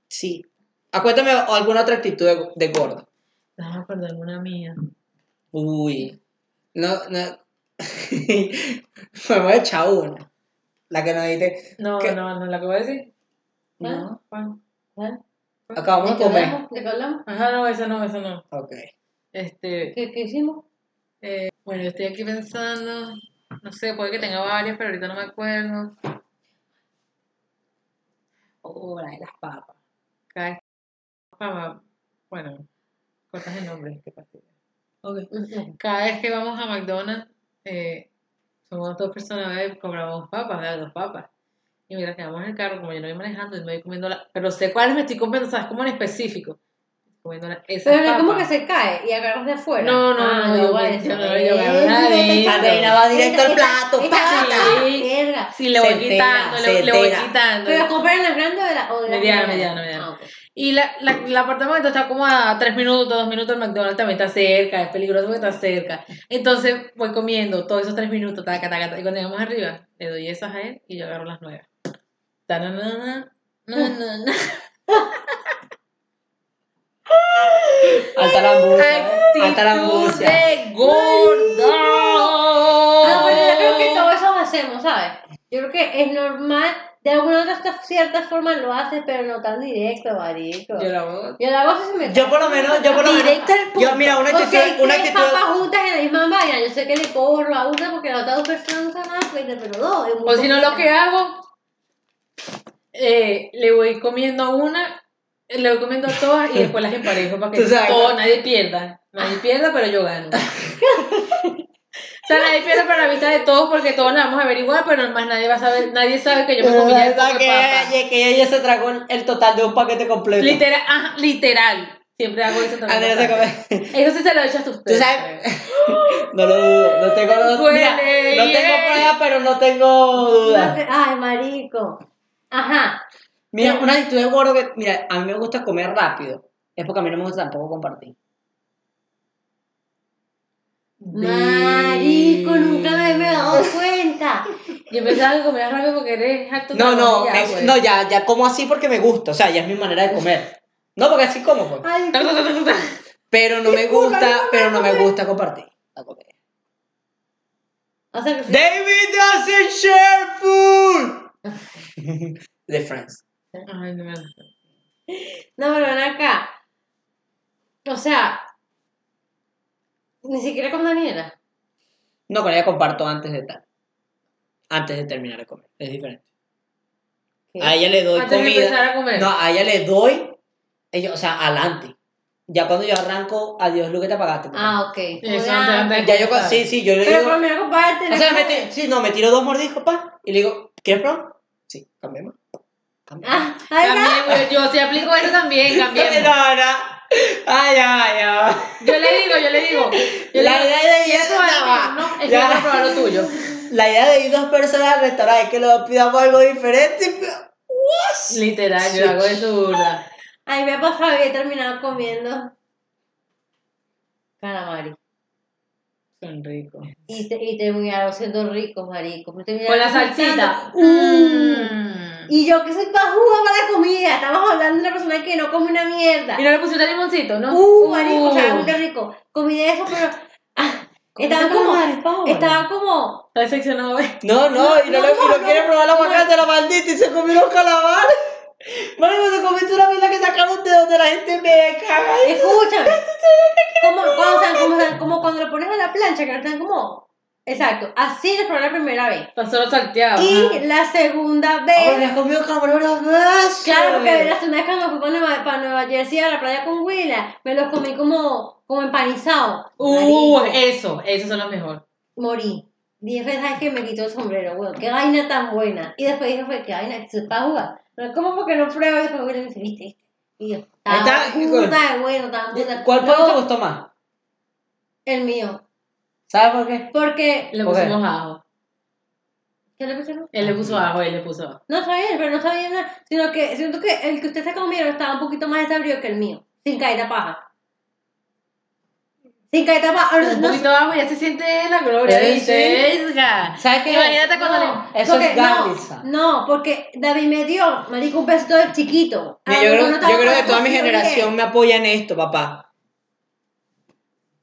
Speaker 1: Sí. Acuérdame Ah, alguna otra actitud de, de gordo.
Speaker 3: Déjame acordar una mía.
Speaker 1: Uy. No, no. Me voy a echar una. La que nos dijiste.
Speaker 3: No,
Speaker 1: ¿Qué?
Speaker 3: no, no, la que voy a decir.
Speaker 1: No.
Speaker 3: Juan, Juan.
Speaker 1: Acabamos de comer.
Speaker 2: ¿De qué hablamos?
Speaker 3: Ajá, no, esa no, esa no.
Speaker 1: Ok.
Speaker 3: Este,
Speaker 2: ¿Qué, qué hicimos?
Speaker 3: bueno, yo estoy aquí pensando, no sé, puede que tenga varias, pero ahorita no me acuerdo. Oh, la de las papas. Cada vez que- papas, bueno, cortas el nombre, qué fastidio.
Speaker 1: Ok.
Speaker 3: Cada vez que vamos a McDonald's, eh, somos dos personas y compramos papas, ¿verdad? dos papas. Y mira, quedamos en el carro, como yo no voy manejando, y me voy comiendo la... Pero sé cuáles me estoy comiendo, ¿sabes? Como en específico. Comiendo la... esas
Speaker 2: Pero no es como
Speaker 3: papas.
Speaker 2: que se cae y agarras de afuera.
Speaker 3: No, no,
Speaker 2: Ah,
Speaker 3: no,
Speaker 2: yo
Speaker 3: yo-
Speaker 2: voy a
Speaker 3: yo-
Speaker 2: decir,
Speaker 3: yo- yo-
Speaker 2: "Eh,
Speaker 3: yo-
Speaker 2: mira,
Speaker 3: yo-
Speaker 2: esta-
Speaker 1: La reina va directo al
Speaker 2: esta-
Speaker 1: plato.
Speaker 2: esta-
Speaker 1: ¡Pata!
Speaker 2: esta- verga.
Speaker 3: Sí, le voy
Speaker 1: Se entera,
Speaker 3: quitando,
Speaker 1: se
Speaker 3: le, le voy
Speaker 1: entera.
Speaker 3: quitando.
Speaker 2: Pero comprar en la grande o de la. o de la
Speaker 3: Mediana,
Speaker 2: grande?
Speaker 3: mediana, mediana.
Speaker 2: Ah, ok.
Speaker 3: Y la, la, el apartamento está como a tres minutos, dos minutos, el McDonald's también está cerca, es peligroso porque está cerca. Entonces voy comiendo todos esos tres minutos, taca, taca, taca. Y cuando llegamos arriba, le doy esas a él y yo agarro las nuevas. Tananana, nanana.
Speaker 1: Alta la
Speaker 3: Actitud
Speaker 1: angustia. Alta la angustia.
Speaker 3: de gordo.
Speaker 2: Ah, bueno, yo creo que todo eso lo hacemos, ¿sabes? Yo creo que es normal, de alguna otra hasta cierta forma lo haces, pero no tan directo, marico.
Speaker 3: Yo lo hago.
Speaker 2: Yo la hago así, se me
Speaker 1: Yo por lo menos, yo por lo menos.
Speaker 2: Directo al punto.
Speaker 1: Yo, mira, una
Speaker 2: Ok,
Speaker 1: actitud, una
Speaker 2: tres
Speaker 1: actitud.
Speaker 2: papas juntas en la misma vaina. Yo sé que le corro a una porque la otra dos personas usan más, pero pero dos. es muy
Speaker 3: O si no, lo
Speaker 2: complicado.
Speaker 3: que hago, eh, le voy comiendo una, eh, le voy comiendo a todas y después las emparejo para que
Speaker 1: Tú sabes.
Speaker 3: todo, nadie pierda. Nadie pierda, pero yo gano. o sea, nadie pierde para la vista de todos porque todos la vamos a averiguar, pero más nadie va a saber, nadie sabe que yo me comí ya el poco de papa.
Speaker 1: que, que ella se tragó el, el total de un paquete completo.
Speaker 3: Literal, ajá, literal. Siempre hago eso también.
Speaker 1: Andrea se
Speaker 3: bastante.
Speaker 1: come.
Speaker 3: Eso sí se lo echas a ustedes.
Speaker 1: Tú sabes. No lo dudo. No tengo, no,
Speaker 3: Duele,
Speaker 1: mira, no tengo
Speaker 3: yeah.
Speaker 1: prueba, pero no tengo
Speaker 2: No
Speaker 1: duda.
Speaker 2: te- Ay, marico. Ajá.
Speaker 1: Mira, una actitud de gordo que. Mira, a mí me gusta comer rápido. Es porque a mí no me gusta tampoco compartir.
Speaker 2: Marico, nunca me había dado cuenta.
Speaker 3: Yo pensaba que comías rápido porque eres alto.
Speaker 1: No, no,
Speaker 3: ya,
Speaker 1: me-
Speaker 3: güey.
Speaker 1: no, ya, ya como así porque me gusta. O sea, ya es mi manera de comer. No, porque así como, pues.
Speaker 2: Ay,
Speaker 1: Pero no me gusta, pero no me gusta compartir la comida.
Speaker 2: o sea, que-
Speaker 1: David doesn't share food. De Friends.
Speaker 3: Ay, no me gusta.
Speaker 2: No, pero ven acá. O sea, ni siquiera con Daniela.
Speaker 1: No, con ella comparto antes de tal. Antes de terminar de comer. Es diferente.
Speaker 2: ¿Qué?
Speaker 1: A ella le doy
Speaker 3: Antes de
Speaker 1: comida.
Speaker 3: empezar a comer.
Speaker 1: No, a ella le doy. ella- o sea, adelante. Ya cuando yo arranco, adiós, Lu, que te apagaste. papá.
Speaker 2: Ah, ok.
Speaker 3: Eso
Speaker 2: Hola.
Speaker 3: antes- antes de
Speaker 1: ya yo,
Speaker 3: empezar.
Speaker 1: sí, sí, yo le
Speaker 2: Pero
Speaker 1: digo.
Speaker 2: por lo menos comparte.
Speaker 1: O sea, me ti- sí, no, me tiro dos mordiscos, pa. Y le digo, ¿quieres probar? Sí, cambiemos. Cambiemos.
Speaker 2: Ah, ay, no.
Speaker 3: También, güey, yo sí aplico eso también, también.
Speaker 1: No, no. Ay, ay, ay.
Speaker 3: Yo le digo, yo le digo. Yo le
Speaker 1: La
Speaker 3: digo,
Speaker 1: idea de ir
Speaker 3: "Eso vale", no, es que
Speaker 1: la-
Speaker 3: yo voy a probar lo tuyo.
Speaker 1: La idea de ir dos personas al restaurante es que lo pidamos algo diferente. y- ¡Uas!
Speaker 3: Literal, yo hago eso burda.
Speaker 2: Ay, me ha pasado, había terminado comiendo calamari.
Speaker 3: Son ricos.
Speaker 2: Y, te- y terminaron siendo ricos, marico. Me
Speaker 3: Con
Speaker 2: terminaron
Speaker 3: la salsita.
Speaker 2: gustando. Mm. Y yo que soy pajuga para la comida. Estamos hablando de una persona que no come una mierda.
Speaker 3: Y no le pusiste limoncito, ¿no?
Speaker 2: Uh, marico, o sea, muy
Speaker 3: Estaba
Speaker 2: rico. Comí de eso, pero... ah, estaba como... Estaba como...
Speaker 3: decepcionado, güey.
Speaker 1: No, no, y no, le, y no
Speaker 2: No, no,
Speaker 1: quiere
Speaker 2: no,
Speaker 1: probar la
Speaker 2: no.
Speaker 1: aguacate de la maldita y se comió los calamares. Marico, se comiste una mierda que sacaron de donde la gente me caga.
Speaker 2: Escúchame. Como cuando, están- como están- como cuando lo pones a la plancha, que no están como... Exacto. Así lo probé la primera vez.
Speaker 3: Tan solo salteado.
Speaker 2: Y
Speaker 3: ajá.
Speaker 2: la segunda
Speaker 1: Ahora
Speaker 2: vez...
Speaker 1: le has comido camarones más.
Speaker 2: Claro, porque la segunda vez cuando fui para Nueva, para Nueva Jersey a la playa con Willa, me los comí como, como empanizado.
Speaker 3: Uh,
Speaker 2: Marico,
Speaker 3: eso, eso son los mejores.
Speaker 2: morí. Diez veces que me quitó el sombrero, weón. Qué vaina tan buena. Y después dije, fue, qué vaina, que sepa jugar. Pero ¿cómo porque no pruebo? Y después Willa me dice, viste. Y yo, tan
Speaker 1: Está-
Speaker 2: puta de bueno, tan puta.
Speaker 1: ¿Cuál
Speaker 2: No,
Speaker 1: pollo te gustó más?
Speaker 2: El mío.
Speaker 1: ¿Sabes por qué?
Speaker 2: Porque,
Speaker 3: Le
Speaker 1: Ok.
Speaker 3: pusimos ajo.
Speaker 2: ¿qué le pusieron?
Speaker 3: Él le puso ajo, él le puso ajo.
Speaker 2: No está bien, pero no está bien nada. Sino que siento que el que usted se comieron estaba un poquito más desabrido que el mío. Sin caer a paja. Sin careta pa- ahora
Speaker 3: Un
Speaker 2: no-
Speaker 3: poquito abajo y ya se siente la gloria,
Speaker 1: Eh,
Speaker 3: ¿viste? Verga.
Speaker 1: ¿Sabes qué?
Speaker 3: Imagínate cuando le...
Speaker 2: no,
Speaker 1: Eso
Speaker 2: porque
Speaker 1: es Garliza.
Speaker 2: No, no, porque David me dio, marico, un besito de chiquito.
Speaker 1: Mira,
Speaker 2: Ah,
Speaker 1: yo,
Speaker 2: no,
Speaker 1: creo,
Speaker 2: no
Speaker 1: yo
Speaker 2: estaba
Speaker 1: creo que
Speaker 2: con
Speaker 1: toda mi
Speaker 2: cosito
Speaker 1: generación me apoya en esto, papá.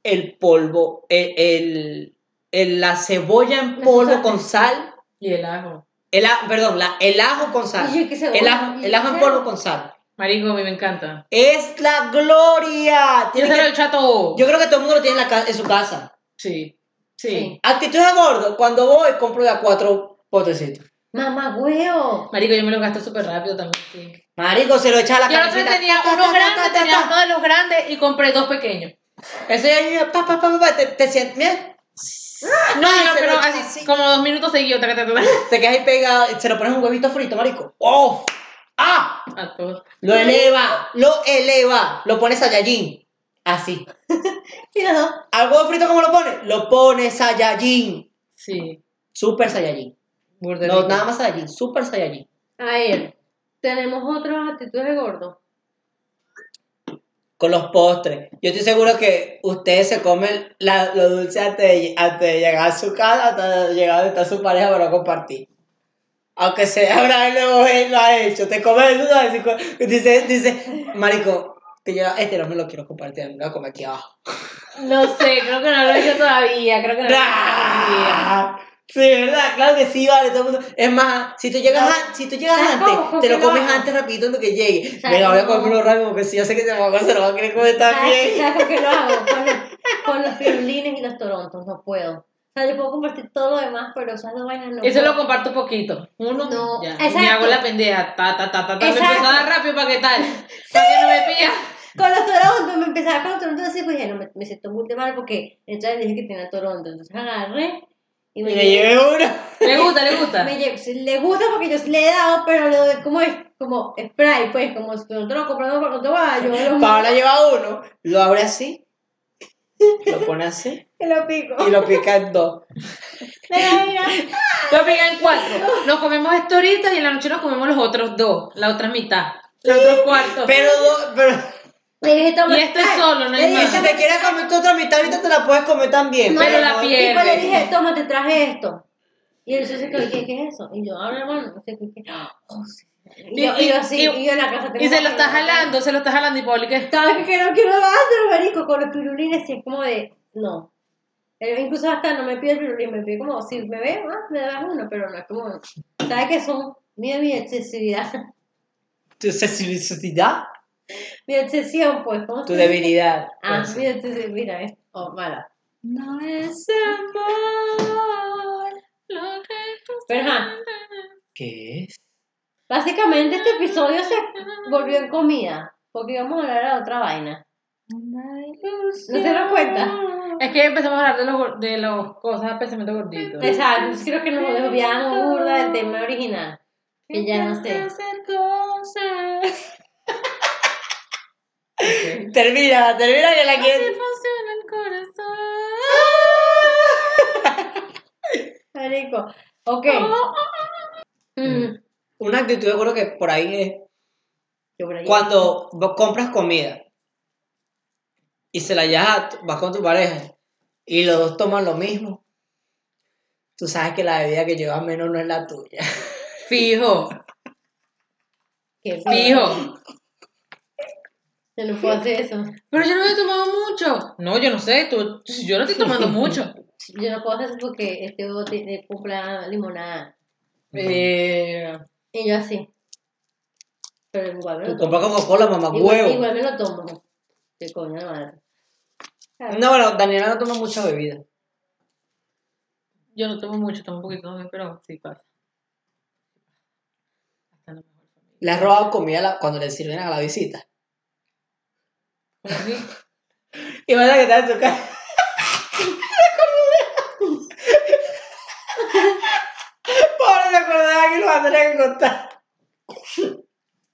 Speaker 1: El polvo, el, el- el- la cebolla en
Speaker 2: Me
Speaker 1: polvo
Speaker 2: asustaste.
Speaker 1: con sal,
Speaker 3: Y el ajo.
Speaker 1: el, a- perdón, la- el ajo con
Speaker 2: bien.
Speaker 1: sal,
Speaker 2: Y yo, ¿qué cebolla?
Speaker 1: el ajo,
Speaker 2: ¿Y
Speaker 1: el ajo en
Speaker 2: qué?
Speaker 1: polvo con sal.
Speaker 3: Marico, a mí me encanta.
Speaker 1: Es la gloria.
Speaker 3: Yo
Speaker 1: Tiene
Speaker 3: se lo
Speaker 1: que-
Speaker 3: echo a todo.
Speaker 1: yo creo que todo el mundo lo tiene en, la ca- en su casa.
Speaker 3: Sí.
Speaker 2: Sí.
Speaker 3: Sí.
Speaker 1: Actitud de gordo, cuando voy compro de a cuatro potecitos.
Speaker 2: Mamá, huevo.
Speaker 3: Marico, yo me lo gasto súper rápido también, sí.
Speaker 1: Marico, se lo echa a la
Speaker 3: Yo
Speaker 1: cara.
Speaker 3: no sé, tenía uno grande, tenía uno de los grandes y compré dos pequeños.
Speaker 1: Ese año, pa, pa, pa, pa, pa, te, te sientes, mira,
Speaker 3: Ah, No,
Speaker 1: Ay,
Speaker 3: no,
Speaker 1: se
Speaker 3: pero
Speaker 1: lo echa
Speaker 3: así,
Speaker 1: así.
Speaker 3: como dos minutos seguidos. taca, taca, taca.
Speaker 1: te quedas ahí pegado, se lo pones un huevito frito, marico. ¡Oh! ¡Ah!
Speaker 3: A todos.
Speaker 1: Lo eleva, lo eleva, lo pones a Yajin. Así.
Speaker 2: Y los dos.
Speaker 1: ¿Al huevo frito cómo lo pones? Lo pones a Yajin.
Speaker 3: Sí.
Speaker 1: Super Saiyajin.
Speaker 3: Burde
Speaker 1: No,
Speaker 3: rico.
Speaker 1: nada más Saiyajin, Super Saiyajin.
Speaker 2: A ver, tenemos otras actitudes de gordo.
Speaker 1: Con los postres. Yo estoy seguro que ustedes se comen la- lo dulce antes de, antes de llegar a su casa, hasta llegar donde está su pareja para compartir. Aunque sea, habrá vez lo ha hecho. Te comes el dulce, dice, dice, marico, que yo este no me lo quiero compartir, me lo voy a comer aquí abajo.
Speaker 3: No sé, creo que no lo he hecho todavía. Creo que no lo he hecho todavía.
Speaker 1: Ah, Sí, ¿verdad? Claro que sí, vale, todo el mundo. Es más, si tú llegas, a- si tú llegas
Speaker 2: ¿Sabes
Speaker 1: antes,
Speaker 2: cómo?
Speaker 1: te lo
Speaker 2: Porque
Speaker 1: comes
Speaker 2: lo hago.
Speaker 1: antes rapidito en lo que llegue.
Speaker 2: ¿Sabes
Speaker 1: Venga, voy a
Speaker 2: cómo?
Speaker 1: comerme unos rápido porque si yo sé que te lo se lo va a querer comer
Speaker 2: ¿Sabes
Speaker 1: también.
Speaker 2: sabes con qué lo hago? Con los, con los pirulines y los torontos, no puedo. O sea, yo puedo compartir todo lo demás, pero esas dos vainas no.
Speaker 3: Eso
Speaker 2: puedo.
Speaker 3: lo comparto un poquito. Uno,
Speaker 2: No,
Speaker 3: ya.
Speaker 2: exacto.
Speaker 3: Me hago la pendeja. Ta, ta, ta, ta, ta. Me
Speaker 2: Exacto.
Speaker 3: empezó a dar rápido para que tal. Para que no me pilla.
Speaker 2: Con los torontos, me empezaba con los torontos así, pues dije, no, me, me siento muy mal porque entonces dije que tenía toronto. Entonces agarré y
Speaker 1: Y
Speaker 2: me
Speaker 1: le
Speaker 2: llevé-
Speaker 1: llevé uno.
Speaker 3: Le gusta, le gusta.
Speaker 2: me llevé- sí, le gusta porque yo sí le he dado, pero le doy como es, como spray, pues, como si nosotros lo compramos para otro yo lo
Speaker 1: Paola lleva uno, lo abre así, lo pone así
Speaker 2: y lo pico.
Speaker 1: y lo pica en dos.
Speaker 2: Mira, mira.
Speaker 3: Lo pegan cuatro. Nos comemos esto ahorita y en la noche nos comemos los otros dos. La otra mitad. Los otros cuartos.
Speaker 1: Pero, do- pero
Speaker 2: Le dije, toma.
Speaker 3: Y esto es
Speaker 2: ay,
Speaker 3: solo, no hay
Speaker 2: le
Speaker 1: y
Speaker 2: dije,
Speaker 3: más.
Speaker 1: si te quieres comer tu otra mitad, ahorita te la puedes comer también.
Speaker 2: No,
Speaker 3: pero la
Speaker 1: no-
Speaker 3: piel.
Speaker 2: Y pues le
Speaker 3: Pierde.
Speaker 2: dije, toma, te traje esto. Y él se quedó, ¿qué, ¿qué es eso? Y yo, ahora hermano, no sé qué, qué. Oh, sí. Y, yo, y, yo así,
Speaker 3: Y-
Speaker 2: y,
Speaker 3: y-
Speaker 2: yo en la casa tengo
Speaker 3: Y se lo
Speaker 2: que-
Speaker 3: está jalando, se lo está jalando y Pauli que
Speaker 2: Cada vez que no quiero dárselo, marico, con los pirulines, sí, es como de, no. Eh, incluso hasta no me pide el pirulín, me pide como, si me ve más, me das uno, pero no es como, ¿sabes que son? Mira mi excesividad,
Speaker 1: Tu sensibilidad,
Speaker 2: mi excesión, pues, ¿cómo
Speaker 1: tu
Speaker 2: se dice?
Speaker 1: debilidad.
Speaker 2: Ah,
Speaker 1: Pues,
Speaker 2: mi excesión, mira, es, oh, mala.
Speaker 3: No es amor lo que tú
Speaker 2: Pero, ajá,
Speaker 1: ¿Qué es?
Speaker 2: básicamente este episodio se volvió en comida, porque íbamos a hablar de otra vaina. ¿No se dieron cuenta?
Speaker 3: Es que empezamos a hablar de los, gor- de los cosas de pensamiento gordito.
Speaker 2: Exacto, yo creo que nos desviamos burda del tema original, que ya no sé.
Speaker 3: Hacer cosas
Speaker 1: Termina, termina que la
Speaker 3: que
Speaker 1: quiero.
Speaker 3: funciona el corazón.
Speaker 2: ¡Ah! Marico, ok. Mm.
Speaker 1: Una actitud, yo creo que por ahí es
Speaker 2: Yo por ahí-
Speaker 1: cuando vos compras comida y se la llevas, a tu- vas con tu pareja y los dos toman lo mismo, tú sabes que la bebida que llevas menos no es la tuya.
Speaker 3: Fijo,
Speaker 2: Qué feo.
Speaker 3: fijo.
Speaker 2: Yo no puedo hacer eso.
Speaker 3: Pero yo no he tomado mucho. No, yo no sé, tú, yo no estoy tomando mucho.
Speaker 2: Yo no puedo hacer eso porque este huevo tiene- compra limonada.
Speaker 3: Eh,
Speaker 2: Y yo así. Pero igual me lo
Speaker 1: Tú
Speaker 2: tomo.
Speaker 1: compras Coca-Cola, mamá,
Speaker 2: Igual,
Speaker 1: huevo.
Speaker 2: igual me lo tomo. Qué coño de madre.
Speaker 1: No, bueno, Daniela no toma mucha bebida.
Speaker 3: yo no tomo mucho, tomo un poquito, pero sí pasa. Hasta la mejor familia.
Speaker 1: Le has robado comida a la- cuando le sirven a la visita.
Speaker 2: Pues
Speaker 3: ¿Cómo así?
Speaker 1: Y van a que está en su casa. Pobre, me acordaba que lo tenía que contar.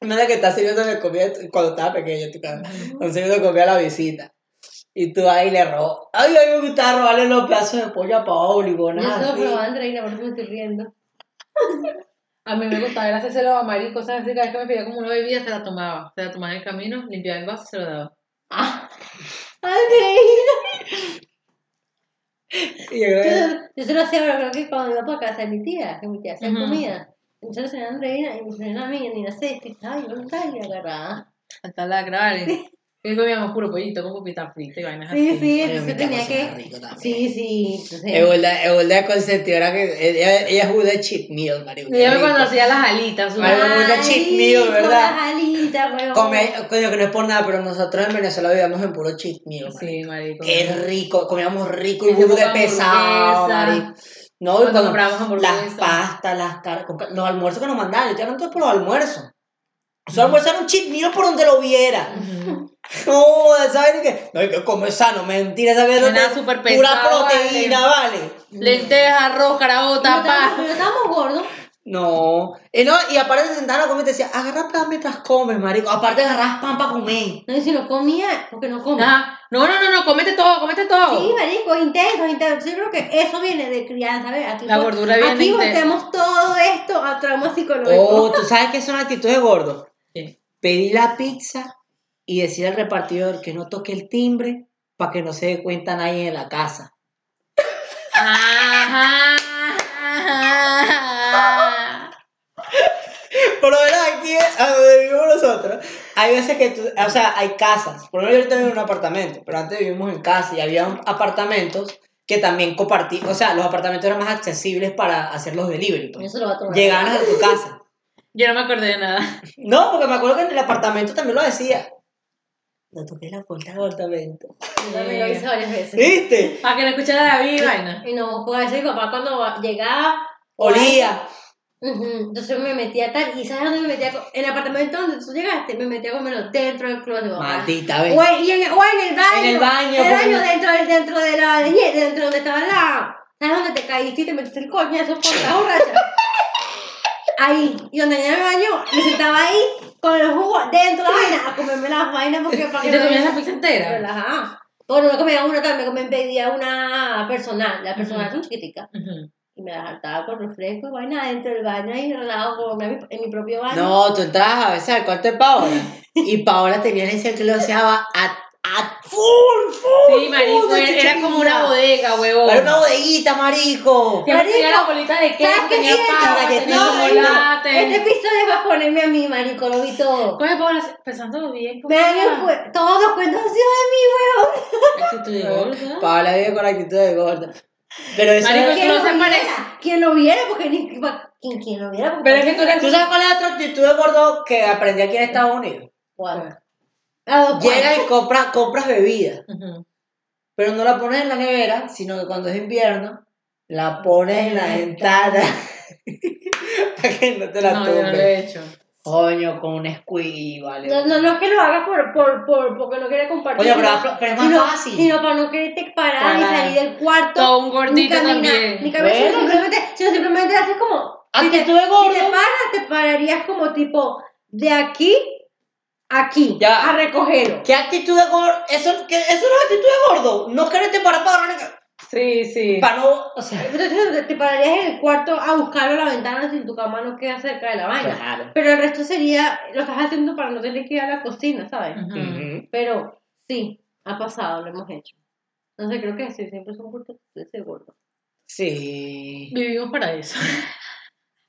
Speaker 1: Mira que está sirviendo comida cuando estaba pequeño, tú sabes. Están sirviendo comida a la visita. Y tú ahí le robas. Ay, a mí me gustaba robarle los pedazos de pollo a Paoli,
Speaker 2: Yo
Speaker 1: bonas.
Speaker 2: solo
Speaker 1: así.
Speaker 2: probaba Andreina, por eso me estoy riendo.
Speaker 3: A mí me gustaba era hacérselo a Mari, cosas así, cada vez que me pedía como una bebida, se la tomaba. Se la tomaba en el camino, limpiaba el vaso y se lo daba.
Speaker 2: Ah, Andreina.
Speaker 1: Y yo creo
Speaker 2: Yo, yo se lo hacía, pero creo que cuando iba por casa de mi tía, que mi tía hacía
Speaker 3: Ujú.
Speaker 2: comida. Entonces se Andreina y me cenaban a mí, y me hacía y estaba yo un tal y agarraba.
Speaker 3: Hasta la grave. Y comíamos puro pollito con pupita frita y vainas así.
Speaker 2: Sí, sí,
Speaker 1: que-
Speaker 2: entonces
Speaker 1: Coño, mi
Speaker 2: tenía
Speaker 1: cocina
Speaker 2: que.
Speaker 1: rico también.
Speaker 2: Sí, sí, entonces.
Speaker 1: Es verdad, es verdad consentidora que ella, ella jugó de cheat meal, marico.
Speaker 3: Y yo me cuando
Speaker 1: rico.
Speaker 3: hacía las alitas. su-
Speaker 1: Marico,
Speaker 2: Ay,
Speaker 1: una cheat meal,
Speaker 2: con
Speaker 1: ¿verdad?
Speaker 2: las alitas, huevón.
Speaker 1: Come, coño, que no es por nada, pero nosotros en Venezuela vivíamos en puro cheat meal, marico.
Speaker 3: Sí, marico.
Speaker 1: Qué rico, comíamos rico y
Speaker 3: Ese
Speaker 1: burda de
Speaker 3: poco de
Speaker 1: pesado,
Speaker 3: hamburguesa.
Speaker 1: marico. No, y
Speaker 3: Cuando
Speaker 1: cuando
Speaker 3: compramos hamburguesa.
Speaker 1: las pastas, las carnes, los almuerzos que nos mandaban, yo te hablo por los almuerzos. Esos almuerzos eran un cheat meal por donde lo viera.
Speaker 3: Ujú.
Speaker 1: No, ¿sabes qué? No, hay que comer sano, mentira, ¿sabes?
Speaker 3: Era
Speaker 1: Lo que-
Speaker 3: súper
Speaker 1: Pura
Speaker 3: pesado,
Speaker 1: proteína, vale.
Speaker 3: Lentejas, arroz,
Speaker 2: Pero
Speaker 3: carabota,
Speaker 2: estábamos-
Speaker 3: paja.
Speaker 2: pero estábamos gordos.
Speaker 1: No. Y, no, y aparte se sentaron a comer y te decían, agarra pan mientras comes, marico. Aparte agarras pan para comer.
Speaker 2: No, y si no comía, porque no comía.
Speaker 3: Ajá. No, no, no, no, comete todo, comete todo.
Speaker 2: Sí, marico, intenso, intenso. Yo creo que eso viene de crianza, a ver, Aquí,
Speaker 3: La gordura viene
Speaker 2: Aquí
Speaker 3: de-
Speaker 2: volteamos todo esto a trauma psicológico.
Speaker 1: Oh, ¿tú sabes qué son actitudes gordos?
Speaker 3: Sí.
Speaker 1: Pedir la pizza y decir al repartidor que no toque el timbre para que no se dé cuenta nadie en la casa.
Speaker 3: Ajá.
Speaker 1: Por lo menos aquí, a donde vivimos nosotros, hay veces que tú, o sea, hay casas. Por lo menos yo ahorita vivo en un apartamento, pero antes vivimos en casa y había un- apartamentos que también compartí, o sea, los apartamentos eran más accesibles para hacer los delivery. pues.
Speaker 2: Eso lo va a tomar.
Speaker 1: Llegaban a tu casa.
Speaker 3: Yo no me acordé de nada.
Speaker 1: No, porque me acuerdo que en el apartamento también lo decía. No toqué la puerta del apartamento.
Speaker 2: Yo también lo hice varias veces.
Speaker 1: ¿Viste?
Speaker 3: Para que no escuchara David y vaina.
Speaker 2: Y no, pues a veces mi papá cuando llegaba.
Speaker 1: Olía.
Speaker 2: Ujú, Entonces me metía tal, y ¿sabes dónde me metía? En el apartamento donde tú llegaste, me metía a comerlo dentro del closet. papá.
Speaker 1: Maldita,
Speaker 2: O
Speaker 3: eh.
Speaker 1: vez.
Speaker 2: en, y en- o en el baño.
Speaker 1: En el baño,
Speaker 3: pues.
Speaker 2: En el
Speaker 1: porque
Speaker 2: baño
Speaker 1: no-
Speaker 2: dentro, del- dentro de la dentro donde estaba la. ¿Sabes dónde te caíste y te metiste el coñazo por la borracha? Ahí. Y donde en el baño me sentaba ahí con el jugo dentro de la vaina a comerme las vainas porque para
Speaker 3: ¿Y
Speaker 2: que
Speaker 3: te
Speaker 2: no-
Speaker 3: comías la pizza
Speaker 2: Pero
Speaker 3: entera?
Speaker 2: las- ajá. Bueno, no comía una tal, me comía- pedía una personal. Las personales son chiquiticas.
Speaker 3: Ujú.
Speaker 2: Y me las hartaba con refresco y vaina dentro del baño ahí relajado como en mi, en mi propio baño.
Speaker 1: No, tú entrabas a veces al cuarto de Paola. Y Paola tenía ese que lo deseaba a, a full, full.
Speaker 3: Sí, marico,
Speaker 1: full de
Speaker 3: era, era como una
Speaker 1: chuchería.
Speaker 3: bodega, huevón.
Speaker 1: Era una bodeguita, marico.
Speaker 3: Siempre tenía
Speaker 2: Marico,
Speaker 3: la bolita de queso,
Speaker 2: ¿Sabes qué
Speaker 3: tenía
Speaker 2: siento?
Speaker 3: papa,
Speaker 1: Galletita,
Speaker 3: tenía
Speaker 2: No, marico, Este
Speaker 3: chocolate.
Speaker 2: episodio va a ponerme a mí, marico, lo vi todo.
Speaker 3: Coge Paola, pensando bien.
Speaker 2: Me dan el cue- todos los cuentos han sido de mí, weón.
Speaker 3: Actitud de gorda.
Speaker 1: Paola vive con la actitud de gorda. Pero eso
Speaker 3: Marico,
Speaker 1: era-
Speaker 3: tú no se parece.
Speaker 2: Quien lo viera, porque ni. Quien, quien lo viera, porque.
Speaker 3: Pero es que tú eres
Speaker 1: ¿Tú sabes cuál es la otra actitud de gordo que aprendí aquí en Estados Unidos?
Speaker 2: ¿Cuál? A dos cuadras.
Speaker 1: Llega y compra, compras bebidas.
Speaker 3: Ujú.
Speaker 1: Pero no la pones en la nevera, sino que cuando es invierno, la pones en la ventana. Para que no te la
Speaker 3: No, yo no lo
Speaker 1: tumbe.
Speaker 3: he hecho.
Speaker 1: Coño, con un squee, vale.
Speaker 2: No, no, no es que lo hagas por, por, por, porque no quiere compartir.
Speaker 1: Oye, pero-
Speaker 2: sino-
Speaker 1: pero es más
Speaker 2: sino-
Speaker 1: fácil.
Speaker 2: Sino para no quererte parar y
Speaker 1: Parar.
Speaker 2: salir del cuarto.
Speaker 3: Todo un gordito
Speaker 2: ni caminar,
Speaker 3: también.
Speaker 2: Ni caminar, sino
Speaker 1: Bueno.
Speaker 2: simplemente, sino simplemente haces como. si te,
Speaker 1: Actitud de gordo.
Speaker 2: si te paras, te pararías como tipo de aquí a aquí.
Speaker 1: Ya.
Speaker 2: A recogerlo.
Speaker 1: ¿Qué actitud de gordo? Eso, que, eso no es actitud de gordo. No quererte para para
Speaker 3: Sí, sí.
Speaker 1: para no. O sea.
Speaker 2: Entonces te- te pararías en el cuarto a buscarlo a la ventana si tu cama no queda cerca de la vaina.
Speaker 1: Claro.
Speaker 2: Pero el resto sería, lo estás haciendo para no tener que ir a la cocina, ¿sabes?
Speaker 1: Mm.
Speaker 3: Ujú.
Speaker 1: Ujú.
Speaker 2: Pero sí, ha pasado, lo hemos hecho. Entonces creo que sí, siempre son cortos de ese gordo.
Speaker 1: Sí.
Speaker 3: Vivimos para eso.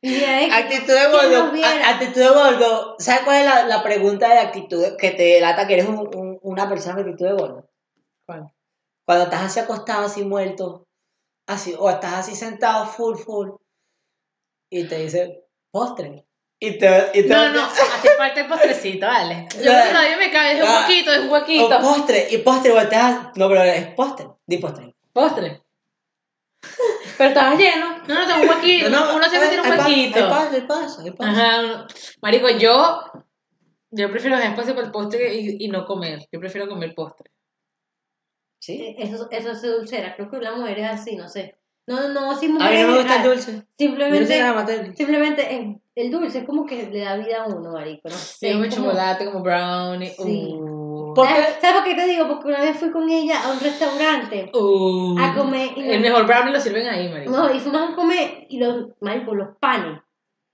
Speaker 2: Y ahí-
Speaker 1: Actitud de
Speaker 2: ¿Quién
Speaker 1: gordo.
Speaker 2: nos viera?
Speaker 1: a- actitud de gordo. ¿Sabes cuál es la, la pregunta de actitud que te delata que eres un- un- una persona de actitud de gordo?
Speaker 3: ¿Cuál?
Speaker 1: Cuando estás así acostado, así muerto, así, o estás así sentado, full, full, y te dice postre. Y te, y te
Speaker 3: No, no, hace falta el postrecito, vale. Yo
Speaker 1: Ya.
Speaker 3: todavía me cabe, es un
Speaker 2: Ah.
Speaker 1: Ya.
Speaker 3: poquito, es un
Speaker 1: o
Speaker 3: huequito.
Speaker 1: postre, y postre, volteas. No, pero es postre. Di postre.
Speaker 3: Postre. Pero estabas lleno. No, no, tengo un huequito. Uno siempre tiene un
Speaker 1: El
Speaker 3: huequito.
Speaker 1: paso, el paso, el paso.
Speaker 3: Ajá. uno- Marico, yo. Yo prefiero dejar espacio para el postre y, y no comer. Yo prefiero comer postre.
Speaker 1: Sí.
Speaker 2: Eso, eso es dulcera, creo que la mujer es así, no sé. No, no, sí,
Speaker 1: A mí no me
Speaker 2: mujer en
Speaker 1: gusta el
Speaker 2: general.
Speaker 1: dulce. Yo no sé nada
Speaker 2: Simplemente,
Speaker 1: más del-
Speaker 2: simplemente el, el dulce es como que le da vida a uno, marico. No sé,
Speaker 3: Sí, como
Speaker 2: es como-
Speaker 3: chocolate, como brownie.
Speaker 2: Sí.
Speaker 3: Uh.
Speaker 1: ¿Por
Speaker 2: ¿Sabes-
Speaker 1: qué?
Speaker 2: ¿Sabes por qué te digo? Porque una vez fui con ella a un restaurante
Speaker 3: Uh.
Speaker 2: a comer. y nos-
Speaker 3: El mejor brownie lo sirven ahí, marico.
Speaker 2: No, y fuimos a comer y los, marico, los panes.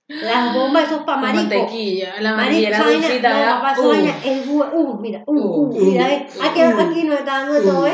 Speaker 2: Las bombas, esos pa'
Speaker 3: Con
Speaker 2: marico.
Speaker 3: mantequilla, la
Speaker 2: Marico,
Speaker 3: mantequilla
Speaker 2: esa vaina,
Speaker 3: dulcita,
Speaker 2: no,
Speaker 3: ¿verdad?
Speaker 2: papá, esa
Speaker 3: Uh,
Speaker 2: vaina es bu- uh, mira, uh,
Speaker 1: Uh,
Speaker 2: uh, mira,
Speaker 1: uh,
Speaker 2: ve, aquí,
Speaker 1: uh,
Speaker 2: aquí nos está dando de
Speaker 3: Uh.
Speaker 2: todo, ¿eh?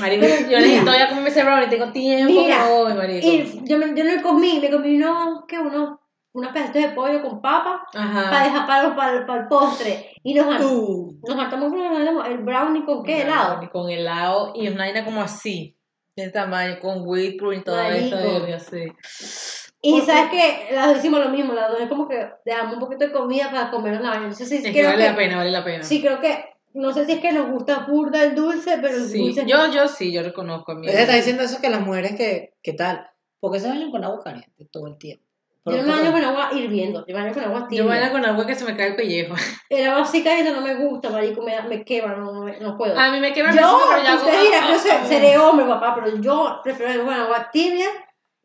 Speaker 3: marico, yo necesito ya comerme ese brownie, tengo tiempo,
Speaker 2: Mira,
Speaker 3: me voy, marico.
Speaker 2: Y yo, me- yo no comí, me comí unos, ¿qué? Unos, unos pedacitos de pollo con papa para
Speaker 3: Ajá.
Speaker 2: dejar para, para, para el postre. Y nos,
Speaker 3: Ah.
Speaker 2: hartamos-
Speaker 1: Uh,
Speaker 2: nos hartamos con el- el brownie con qué helado.
Speaker 3: Con helado y una vaina como así, de tamaño, con whipped y todo
Speaker 2: Marico.
Speaker 3: eso, verga, sí.
Speaker 2: Y sabes que las dos hicimos lo mismo, las dos es como que dejamos un poquito de comida para comer la vaina. Entonces, sí,
Speaker 3: Es que
Speaker 2: creo
Speaker 3: vale
Speaker 2: que-
Speaker 3: la pena, vale la pena.
Speaker 2: sí, creo que, no sé si es que nos gusta burda el dulce, pero el
Speaker 3: Sí,
Speaker 2: dulce
Speaker 3: yo, yo sí, yo reconozco a mí.
Speaker 1: ella está diciendo eso que las mujeres que, que tal, porque se bañan con agua caliente todo el tiempo.
Speaker 2: Yo no me baño con agua hirviendo, yo me baño con agua tibia.
Speaker 3: Yo baño con agua que se me cae el pellejo.
Speaker 2: El agua así caliente no me gusta, marico, me, me quema, no, no, no puedo.
Speaker 3: A mí me quema el
Speaker 2: yo,
Speaker 3: pellejo, pero yo hago-
Speaker 2: usted dirá,
Speaker 3: ah,
Speaker 2: yo se-
Speaker 3: ah,
Speaker 2: seré hombre, papá, pero yo prefiero bañarme con agua tibia,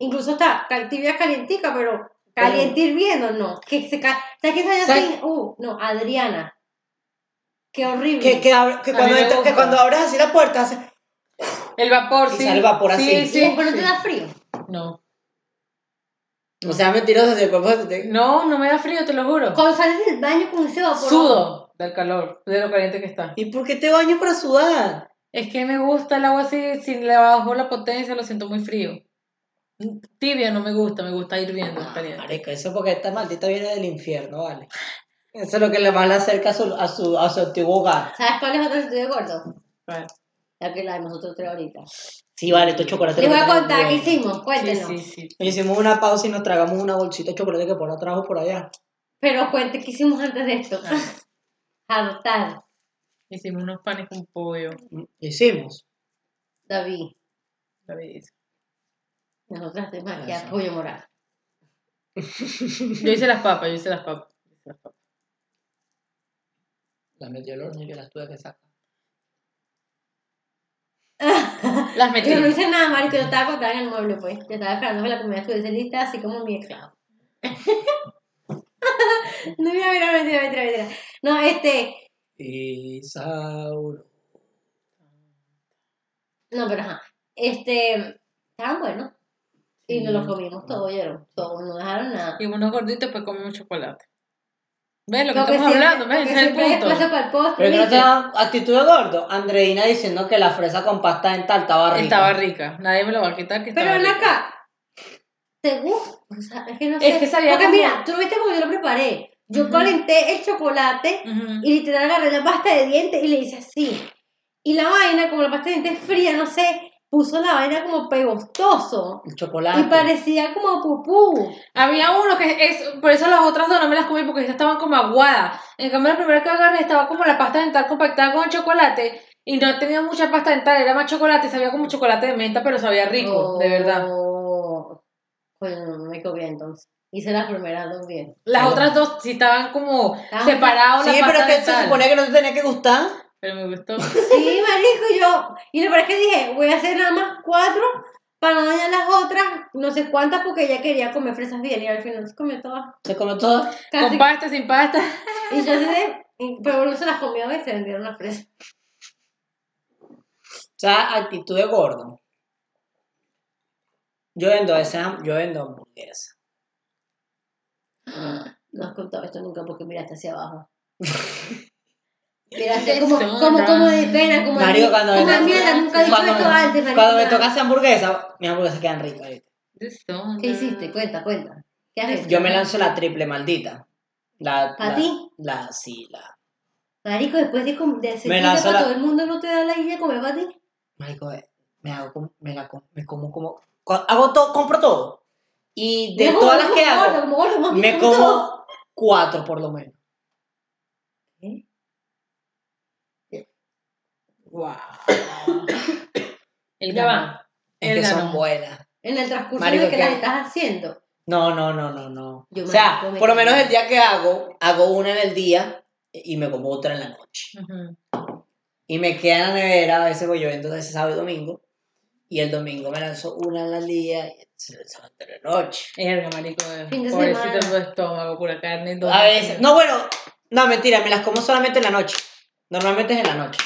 Speaker 2: incluso está cal- tibia calientica, pero caliente hirviendo, no. Que se cae, ¿sabes qué se
Speaker 1: ¿Sabes?
Speaker 2: así? Uh, no, Adriana. Qué horrible.
Speaker 1: Que, que, abre- que,
Speaker 3: A
Speaker 1: cuando
Speaker 3: mí me
Speaker 1: entra- que
Speaker 3: gusta.
Speaker 1: cuando abres así la puerta, hace...
Speaker 3: El vapor,
Speaker 1: Y
Speaker 3: sí.
Speaker 1: sale el vapor así.
Speaker 3: Sí, sí.
Speaker 2: pero no
Speaker 3: sí.
Speaker 2: te da frío.
Speaker 3: No.
Speaker 1: O sea, mentiroso, si el cuerpo se te...
Speaker 3: No, no me da frío, te lo juro.
Speaker 2: Cuando sales del baño con ese vapor.
Speaker 3: Sudo del calor, de lo caliente que está.
Speaker 1: ¿Y por qué te bañas para sudar?
Speaker 3: Es que me gusta el agua así, si le bajo la potencia, lo siento muy frío. Tibia no me gusta, me gusta hirviendo. caliente.
Speaker 1: Marico, eso porque esta maldita viene del infierno, ¿vale? Eso es lo que le más le acerca a su, a su, a su antiguo hogar.
Speaker 2: ¿Sabes cuál es otra estudio gordo?
Speaker 3: Bueno,
Speaker 2: La que la de nosotros tres ahorita.
Speaker 1: Sí, vale, estos chocolates...
Speaker 2: Les voy a
Speaker 1: lo que
Speaker 2: contar qué
Speaker 1: tenemos.
Speaker 2: hicimos,
Speaker 3: Sí,
Speaker 2: cuéntenos.
Speaker 3: sí, sí.
Speaker 1: Hicimos una pausa y nos tragamos una bolsita de chocolate que por atrás trajo por allá.
Speaker 2: Pero cuente qué hicimos antes de esto. Hartar,
Speaker 3: Hicimos unos panes con pollo.
Speaker 1: Hicimos.
Speaker 2: David.
Speaker 3: David.
Speaker 2: Nosotras tenemos aquí
Speaker 1: Eso.
Speaker 2: a Pollo Moral.
Speaker 3: Yo hice las papas, yo hice las papas. yo hice las papas.
Speaker 1: Las metió el horno y yo las tuve que sacar.
Speaker 3: Las metí.
Speaker 2: Yo no hice nada, marico. Yo estaba contada en el mueble, pues. Yo estaba esperando que la comida estuviese lista, así como mi esclavo. no, mira, mira, mentira, mentira, mentira. No, este...
Speaker 1: Isauro.
Speaker 2: No, pero ajá. Este... Estaban buenos. Y nos los comimos todo, oyeron. Todo, no dejaron nada.
Speaker 3: Y unos gorditos, pues comimos chocolate. ¿Ves lo que
Speaker 2: Lo que
Speaker 3: estamos
Speaker 2: siempre-
Speaker 3: hablando?
Speaker 2: lo que
Speaker 3: ¿Ves? Ese es el
Speaker 2: siempre hay
Speaker 3: punto.
Speaker 2: espacio para el postre,
Speaker 1: Pero que no
Speaker 2: ¿viste?
Speaker 1: tenga actitud de gordo. Andreina diciendo que la fresa con pasta dental estaba rica.
Speaker 3: Estaba rica. Nadie me lo va a quitar. Que
Speaker 2: Pero
Speaker 3: estaba
Speaker 2: ven
Speaker 3: rica.
Speaker 2: acá. ¿Te gusta? O sea, es que no sé.
Speaker 3: Es que sabía
Speaker 2: Porque
Speaker 3: como-
Speaker 2: mira, tú lo viste como yo lo preparé. Yo
Speaker 3: Ujú.
Speaker 2: calenté el chocolate
Speaker 3: Ujú.
Speaker 2: y literal agarré la pasta de dientes y le hice así. Y la vaina, como la pasta de dientes es fría, no sé, puso la vaina como pegostoso.
Speaker 1: El
Speaker 2: Y
Speaker 1: chocolate.
Speaker 2: parecía como pupú.
Speaker 3: Había uno que es, por eso las otras dos no me las comí porque esas estaban como aguadas. En cambio, la primera que agarré estaba como la pasta dental compactada con el chocolate y no tenía mucha pasta dental, era más chocolate, sabía como chocolate de menta, pero sabía rico, de verdad.
Speaker 2: Oh. Bueno, no me comí entonces. Hice las primeras dos bien.
Speaker 3: Las
Speaker 1: Ah.
Speaker 3: otras dos sí estaban como
Speaker 2: Ah.
Speaker 3: separadas
Speaker 1: Sí,
Speaker 3: la
Speaker 1: pero
Speaker 3: pasta
Speaker 1: es que
Speaker 3: dental.
Speaker 1: se suponía que no te tenía que gustar.
Speaker 3: Pero me gustó.
Speaker 2: Sí, marico, yo. Y lo peor es que dije, voy a hacer nada más cuatro para no dañar las otras, no sé cuántas, porque ella quería comer fresas bien y al final se comió todas.
Speaker 1: Se comió todo.
Speaker 2: Casi.
Speaker 3: Con pasta, sin pasta.
Speaker 2: Y yo así de- y- Pero no se las comió y se vendieron las fresas.
Speaker 1: O sea, actitud de gordo. Yo vendo esa, yo vendo hamburguesa.
Speaker 2: No has contado esto nunca porque miraste hacia abajo. Miraste
Speaker 3: Qué
Speaker 2: como,
Speaker 3: zorra.
Speaker 2: como, como de pena, como
Speaker 1: Marico,
Speaker 2: de,
Speaker 1: cuando
Speaker 2: como
Speaker 1: me
Speaker 2: de mierda, nunca he dicho
Speaker 1: cuando
Speaker 2: esto
Speaker 1: me-
Speaker 2: antes, marico.
Speaker 1: Cuando me tocase hamburguesa, mis hamburguesas quedan ricas. ¿viste?
Speaker 2: ¿Qué hiciste? Cuenta, cuenta. ¿Qué has hecho?
Speaker 1: Yo me lanzo la triple maldita. La,
Speaker 2: ¿Pa
Speaker 1: la-
Speaker 2: ti?
Speaker 1: La, sí, la.
Speaker 2: Marico, después de, com- de hacer
Speaker 1: Me
Speaker 2: pizza
Speaker 1: lanzó
Speaker 2: para
Speaker 1: la-
Speaker 2: todo el mundo, ¿no te da la idea de comer para ti?
Speaker 1: Marico, eh, me hago como, me la com- me como como. co- Hago todo, compro todo. Y de
Speaker 2: No,
Speaker 1: todas las que
Speaker 2: no,
Speaker 1: hago,
Speaker 2: no, no, no,
Speaker 1: me
Speaker 2: no, no.
Speaker 1: como cuatro por lo menos.
Speaker 3: Wow. El
Speaker 2: Ya
Speaker 3: ganó.
Speaker 2: va.
Speaker 1: Es
Speaker 3: Él
Speaker 1: que son
Speaker 3: ganó.
Speaker 1: buenas.
Speaker 2: En el transcurso
Speaker 1: Marico,
Speaker 2: de que
Speaker 1: ¿qué?
Speaker 2: las estás haciendo.
Speaker 1: No, no, no, no, no.
Speaker 2: Yo
Speaker 1: o
Speaker 2: me
Speaker 1: sea,
Speaker 2: como- me
Speaker 1: por lo menos
Speaker 2: como-
Speaker 1: el día que hago, hago una en el día y me como otra en la noche.
Speaker 3: Ujú.
Speaker 1: Y me queda en la nevera, a veces voy yo entonces sábado y domingo. Y el domingo me lanzo una en el día y el sábado en la noche.
Speaker 3: Erga, marico. eh.
Speaker 2: Fin de
Speaker 3: Pobrecito
Speaker 2: semana.
Speaker 3: tu estómago, pura carne. dos
Speaker 1: A veces,
Speaker 3: veces.
Speaker 1: no, bueno, no, mentira, me las como solamente en la noche. Normalmente es en la noche.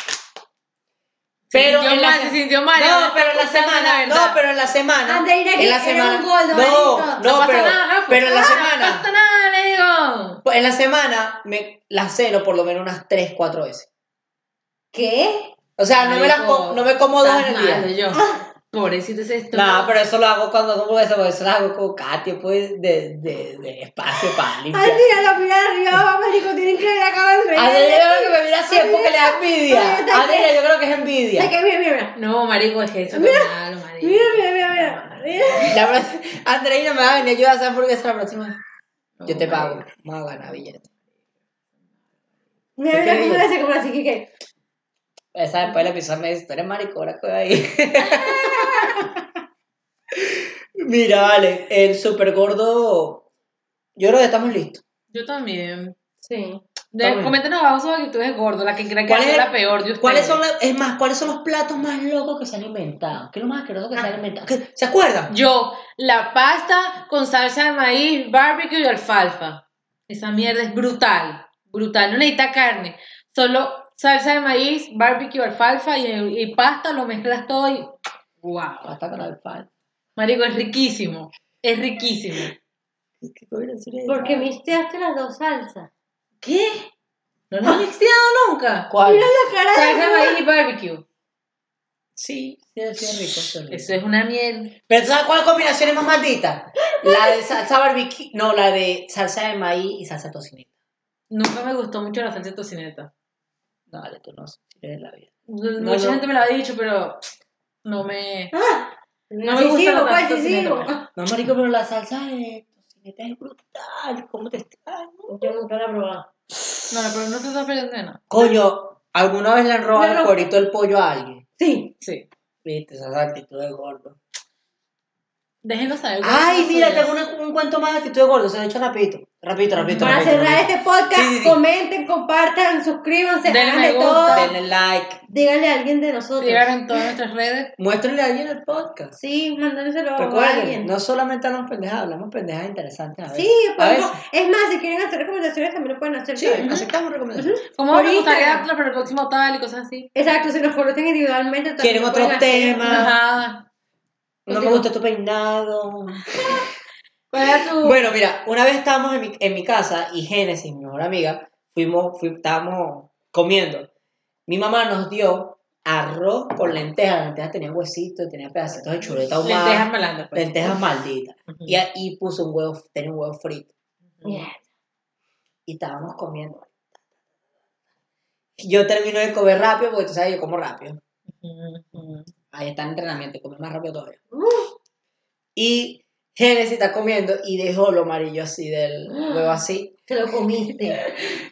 Speaker 1: Pero
Speaker 3: sintió
Speaker 1: en la
Speaker 3: mal,
Speaker 1: se-
Speaker 3: se sintió mal.
Speaker 1: No,
Speaker 3: ahora
Speaker 1: pero en la
Speaker 3: está escuchando
Speaker 1: semana,
Speaker 3: verdad.
Speaker 1: no, pero en la semana.
Speaker 2: Andreina,
Speaker 1: en la
Speaker 2: que era
Speaker 1: semana.
Speaker 2: un gordo,
Speaker 1: no,
Speaker 2: marico.
Speaker 1: no,
Speaker 3: No pasa
Speaker 1: pero,
Speaker 3: nada, Rafa.
Speaker 1: pero en la
Speaker 3: Ah,
Speaker 1: semana.
Speaker 3: No pasa nada.
Speaker 1: en la semana me las ceno por lo menos unas 3, 4 veces.
Speaker 2: ¿Qué?
Speaker 1: O sea, no me, las
Speaker 3: Marico,
Speaker 1: com- no me como dos
Speaker 3: Estás
Speaker 1: en el
Speaker 3: malo,
Speaker 1: día.
Speaker 3: yo. Pobrecito ese estómago.
Speaker 1: No, pero eso lo hago cuando como eso, porque eso lo hago con Katia, pues, de, de, de espacio para
Speaker 2: Ay,
Speaker 1: limpiar.
Speaker 2: mira, lo mira de arriba, abajo, marico, tienen que ver la cama de
Speaker 1: Adriana, yo creo que me mira así es porque le da envidia.
Speaker 2: Ay, está
Speaker 1: Adriana, yo creo que es
Speaker 2: Ay,
Speaker 1: envidia.
Speaker 2: que mira, mira,
Speaker 3: No, marico, es que eso es malo, marico.
Speaker 2: mira, mira, mira, mira, mira.
Speaker 1: La pro- Andreina me va a venir a ayudar a hacer hamburguesa la próxima.
Speaker 3: No,
Speaker 1: Yo te pago.
Speaker 3: marico.
Speaker 1: Vamos a ganar billetes.
Speaker 2: Mira,
Speaker 1: ¿Qué
Speaker 2: mira, cómo
Speaker 1: digo?
Speaker 2: le hace, cómo le hace, que que-
Speaker 1: Esa después del episodio me dice, tú eres maricona, que voy ahí. Mira, vale, el super gordo. Yo creo que estamos listos.
Speaker 3: Yo también.
Speaker 2: Sí.
Speaker 3: De-
Speaker 1: Está bien.
Speaker 3: coméntenos abajo sus actitudes gordas, la que crean que
Speaker 1: ¿Cuál
Speaker 3: va a ser
Speaker 1: es-
Speaker 3: la peor de ustedes.
Speaker 1: ¿Cuáles son, la- es más, ¿cuáles son los platos más locos que se han inventado? ¿Qué es lo más asqueroso que se han inventado? ¿Qué- ¿Se acuerdan?
Speaker 3: Yo, la pasta con salsa de maíz, barbecue y alfalfa. Esa mierda es brutal, brutal. No necesita carne, solo salsa de maíz, barbecue, alfalfa y, y pasta, lo mezclas todo y wow.
Speaker 1: Hasta con alfalfa.
Speaker 3: Marico, es riquísimo, es riquísimo.
Speaker 1: ¿Qué voy a decir eso?
Speaker 2: Porque mixteaste las dos salsas.
Speaker 3: ¿Qué? No lo has mixteado nunca.
Speaker 1: ¿Cuál?
Speaker 2: Mira la cara de
Speaker 3: Salsa de maíz y barbecue.
Speaker 1: Sí, sí, sí, es rico. sí es rico.
Speaker 3: Eso es una mierda.
Speaker 1: Pero ¿tú ¿sabes cuál combinación es más maldita? La de salsa barbecue, no, la de salsa de maíz y salsa tocineta.
Speaker 3: Nunca me gustó mucho la salsa de tocineta.
Speaker 1: No, vale, tú no, si eres la vida.
Speaker 3: Mucha
Speaker 1: no.
Speaker 3: gente me la ha dicho, pero no me...
Speaker 2: Ah,
Speaker 3: No me
Speaker 2: sí
Speaker 3: gusta
Speaker 2: sigo,
Speaker 3: la
Speaker 2: pues,
Speaker 3: salsa
Speaker 2: sí sigo.
Speaker 3: tocineta.
Speaker 1: No, marico, pero la salsa de tocineta es brutal. ¿Cómo te extraño?
Speaker 2: Yo nunca la he probado.
Speaker 3: No, pero no te estás perdiendo de nada.
Speaker 1: Coño, ¿alguna vez le han robado
Speaker 2: Le
Speaker 1: el
Speaker 2: rob-
Speaker 1: cuerito del pollo a alguien?
Speaker 2: Sí.
Speaker 3: Sí.
Speaker 1: Viste, esa es la actitud de gordo.
Speaker 3: Déjenlo saber.
Speaker 1: Ay,
Speaker 3: cuáles son
Speaker 1: mira,
Speaker 3: las
Speaker 1: tengo
Speaker 3: suyas.
Speaker 1: una- un cuento más de actitud de gordo. Se lo he hecho rapidito. Rapidito, rapidito.
Speaker 2: Para
Speaker 1: rapidito,
Speaker 2: cerrar
Speaker 1: rapidito.
Speaker 2: este podcast,
Speaker 1: Sí, sí, sí.
Speaker 2: comenten, compartan, suscríbanse,
Speaker 3: Denle
Speaker 2: hagan
Speaker 3: me
Speaker 2: de
Speaker 3: gusta.
Speaker 2: todo.
Speaker 1: Denle like.
Speaker 2: Díganle a alguien de nosotros.
Speaker 3: Llegar en todas nuestras redes.
Speaker 1: Muéstrenle a alguien el podcast.
Speaker 2: Sí, mandándoselo a
Speaker 1: Recuerden,
Speaker 2: alguien.
Speaker 1: no solamente hablamos pendejadas, hablamos pendejadas interesantes a veces.
Speaker 2: Sí,
Speaker 1: a
Speaker 2: podemos-
Speaker 1: veces.
Speaker 2: es más, si quieren hacer recomendaciones también lo pueden hacer.
Speaker 1: Sí,
Speaker 2: ¿sabes?
Speaker 1: aceptamos recomendaciones.
Speaker 3: ¿Cómo
Speaker 2: Por
Speaker 3: me gustaría
Speaker 2: Instagram.
Speaker 3: darlo para el próximo tal y cosas así?
Speaker 2: Exacto, si nos conocen individualmente también.
Speaker 1: ¿Quieren
Speaker 2: pueden
Speaker 1: otros
Speaker 2: hacer-
Speaker 1: temas?
Speaker 3: Ajá.
Speaker 1: No me
Speaker 3: Continúa.
Speaker 1: gusta tu peinado.
Speaker 3: ¿Cuál era tu...?
Speaker 1: Bueno, mira, una vez estábamos en mi, en mi casa y Génesis, mi mejor amiga, fuimos, fui- estábamos comiendo. Mi mamá nos dio arroz con lentejas. Las lentejas tenían huesitos, tenían pedacitos de chuleta ahumada.
Speaker 3: Lentejas
Speaker 1: Lentejas,
Speaker 3: malandras. pues.
Speaker 1: malditas. Y, a- y puso un huevo, tenía un huevo frito.
Speaker 2: Mierda.
Speaker 1: Y estábamos comiendo. Yo termino de comer rápido porque tú sabes, yo como rápido.
Speaker 3: Ujú.
Speaker 1: Ahí está el entrenamiento, comer más rápido todavía.
Speaker 2: Uh,
Speaker 1: Y Génesis está comiendo y dejó lo amarillo así del huevo así.
Speaker 2: te lo comiste.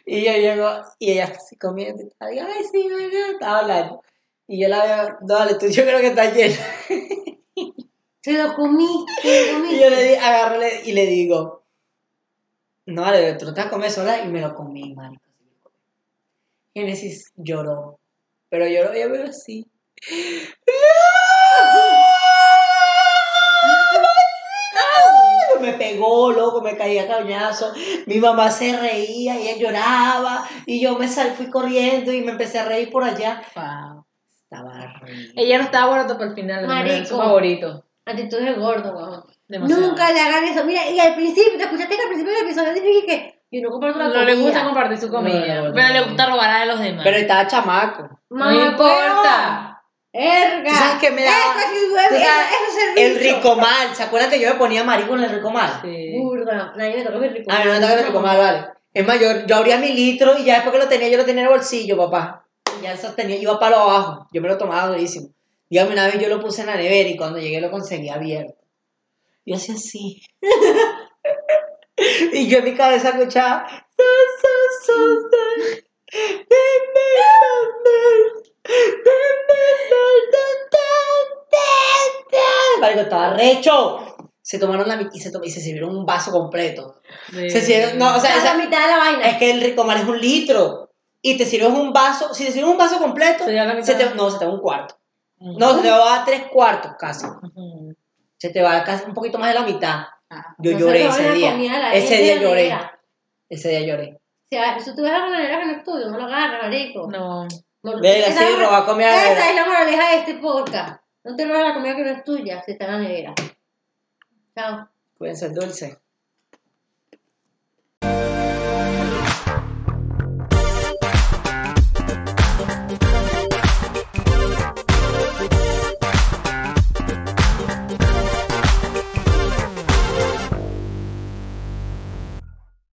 Speaker 1: Y yo llego y ella está así comiendo y tal. Y, ay, sí, venga, está hablando. Y yo la veo, dale, tú, yo creo que está llena.
Speaker 2: Te lo comiste, te lo comiste.
Speaker 1: Y yo le di, agarro le- y le digo, no, vale, tú no te vas a comer sola. Y me lo comí, marico. Génesis lloró, pero lloró y yo veo así. Yo me pegó, loco, me caía cañazo. Mi mamá se reía y ella lloraba. Y yo me sal, fui corriendo y me empecé a reír por allá.
Speaker 3: Wow.
Speaker 1: Estaba rico.
Speaker 3: Ella no estaba buena para el final.
Speaker 2: Marico.
Speaker 3: Marico. Su favorito.
Speaker 2: Actitud de gordo, weón.
Speaker 3: Demasiado.
Speaker 2: Nunca le hagan eso. Mira, y al principio, ¿te escuchaste que al principio del episodio dije que yo no comparto la
Speaker 3: No le
Speaker 2: comida?
Speaker 3: gusta compartir su comida.
Speaker 1: No, no, no,
Speaker 3: pero
Speaker 1: no.
Speaker 3: le gusta robar a los demás.
Speaker 1: Pero estaba chamaco.
Speaker 3: no
Speaker 2: Mamá,
Speaker 3: importa.
Speaker 2: weón. Erga.
Speaker 1: ¿Tú sabes qué me daba?
Speaker 2: Erga, si duele,
Speaker 1: ¿Tú sabes?
Speaker 2: eso, eso es
Speaker 1: El rico mal, ¿se acuerdan que yo me ponía marico en el rico mal?
Speaker 3: Sí.
Speaker 2: Burda. Nadie me toca el rico.
Speaker 1: Ah, no, no te hagas rico mal, vale. Es mayor, yo abría mi litro y ya después que lo tenía, yo lo tenía en el bolsillo, papá. Y ya sostenía, iba para lo abajo. Yo me lo tomaba durísimo. Dígame, una vez yo lo puse en la nevera y cuando llegué lo conseguí abierto. Yo hacía así. y yo en mi cabeza escuchaba. "Sa, sa, sa, sa, de mi nombre, de mi nombre, tan, tan, tan". Marico, estaba recho. Se tomaron la mitad y se, tom- y se sirvieron un vaso completo.
Speaker 3: Sí.
Speaker 1: Se sirvieron, no, o sea,
Speaker 2: Estás
Speaker 1: esa-
Speaker 2: a mitad de la vaina.
Speaker 1: es que el rico mal es un litro. Y te sirves un vaso. Si te sirves un vaso completo,
Speaker 3: Se lleva la mitad.
Speaker 1: se te, no, se te va un cuarto.
Speaker 3: Ujú.
Speaker 1: No, se te va a tres cuartos casi.
Speaker 3: Ujú.
Speaker 1: Se te va casi un poquito más de la mitad.
Speaker 3: Ah.
Speaker 1: Yo
Speaker 2: No se
Speaker 1: lloré
Speaker 2: roba
Speaker 1: ese
Speaker 2: la comida a
Speaker 1: día.
Speaker 2: la
Speaker 1: Ese
Speaker 2: gente
Speaker 1: día
Speaker 2: de
Speaker 1: lloré.
Speaker 2: manera.
Speaker 1: Ese día lloré.
Speaker 2: Si, a- si tú ves la manera que no es tuyo, no lo agarras, marico.
Speaker 3: No.
Speaker 2: No,
Speaker 1: Verga,
Speaker 2: esa
Speaker 1: sí,
Speaker 2: es la-
Speaker 1: robar comida de la
Speaker 2: Esa
Speaker 1: nevera.
Speaker 2: es la moraleja de este podcast. No te robes la comida que no es tuya si está en la nevera. Chao.
Speaker 1: Pueden ser dulces.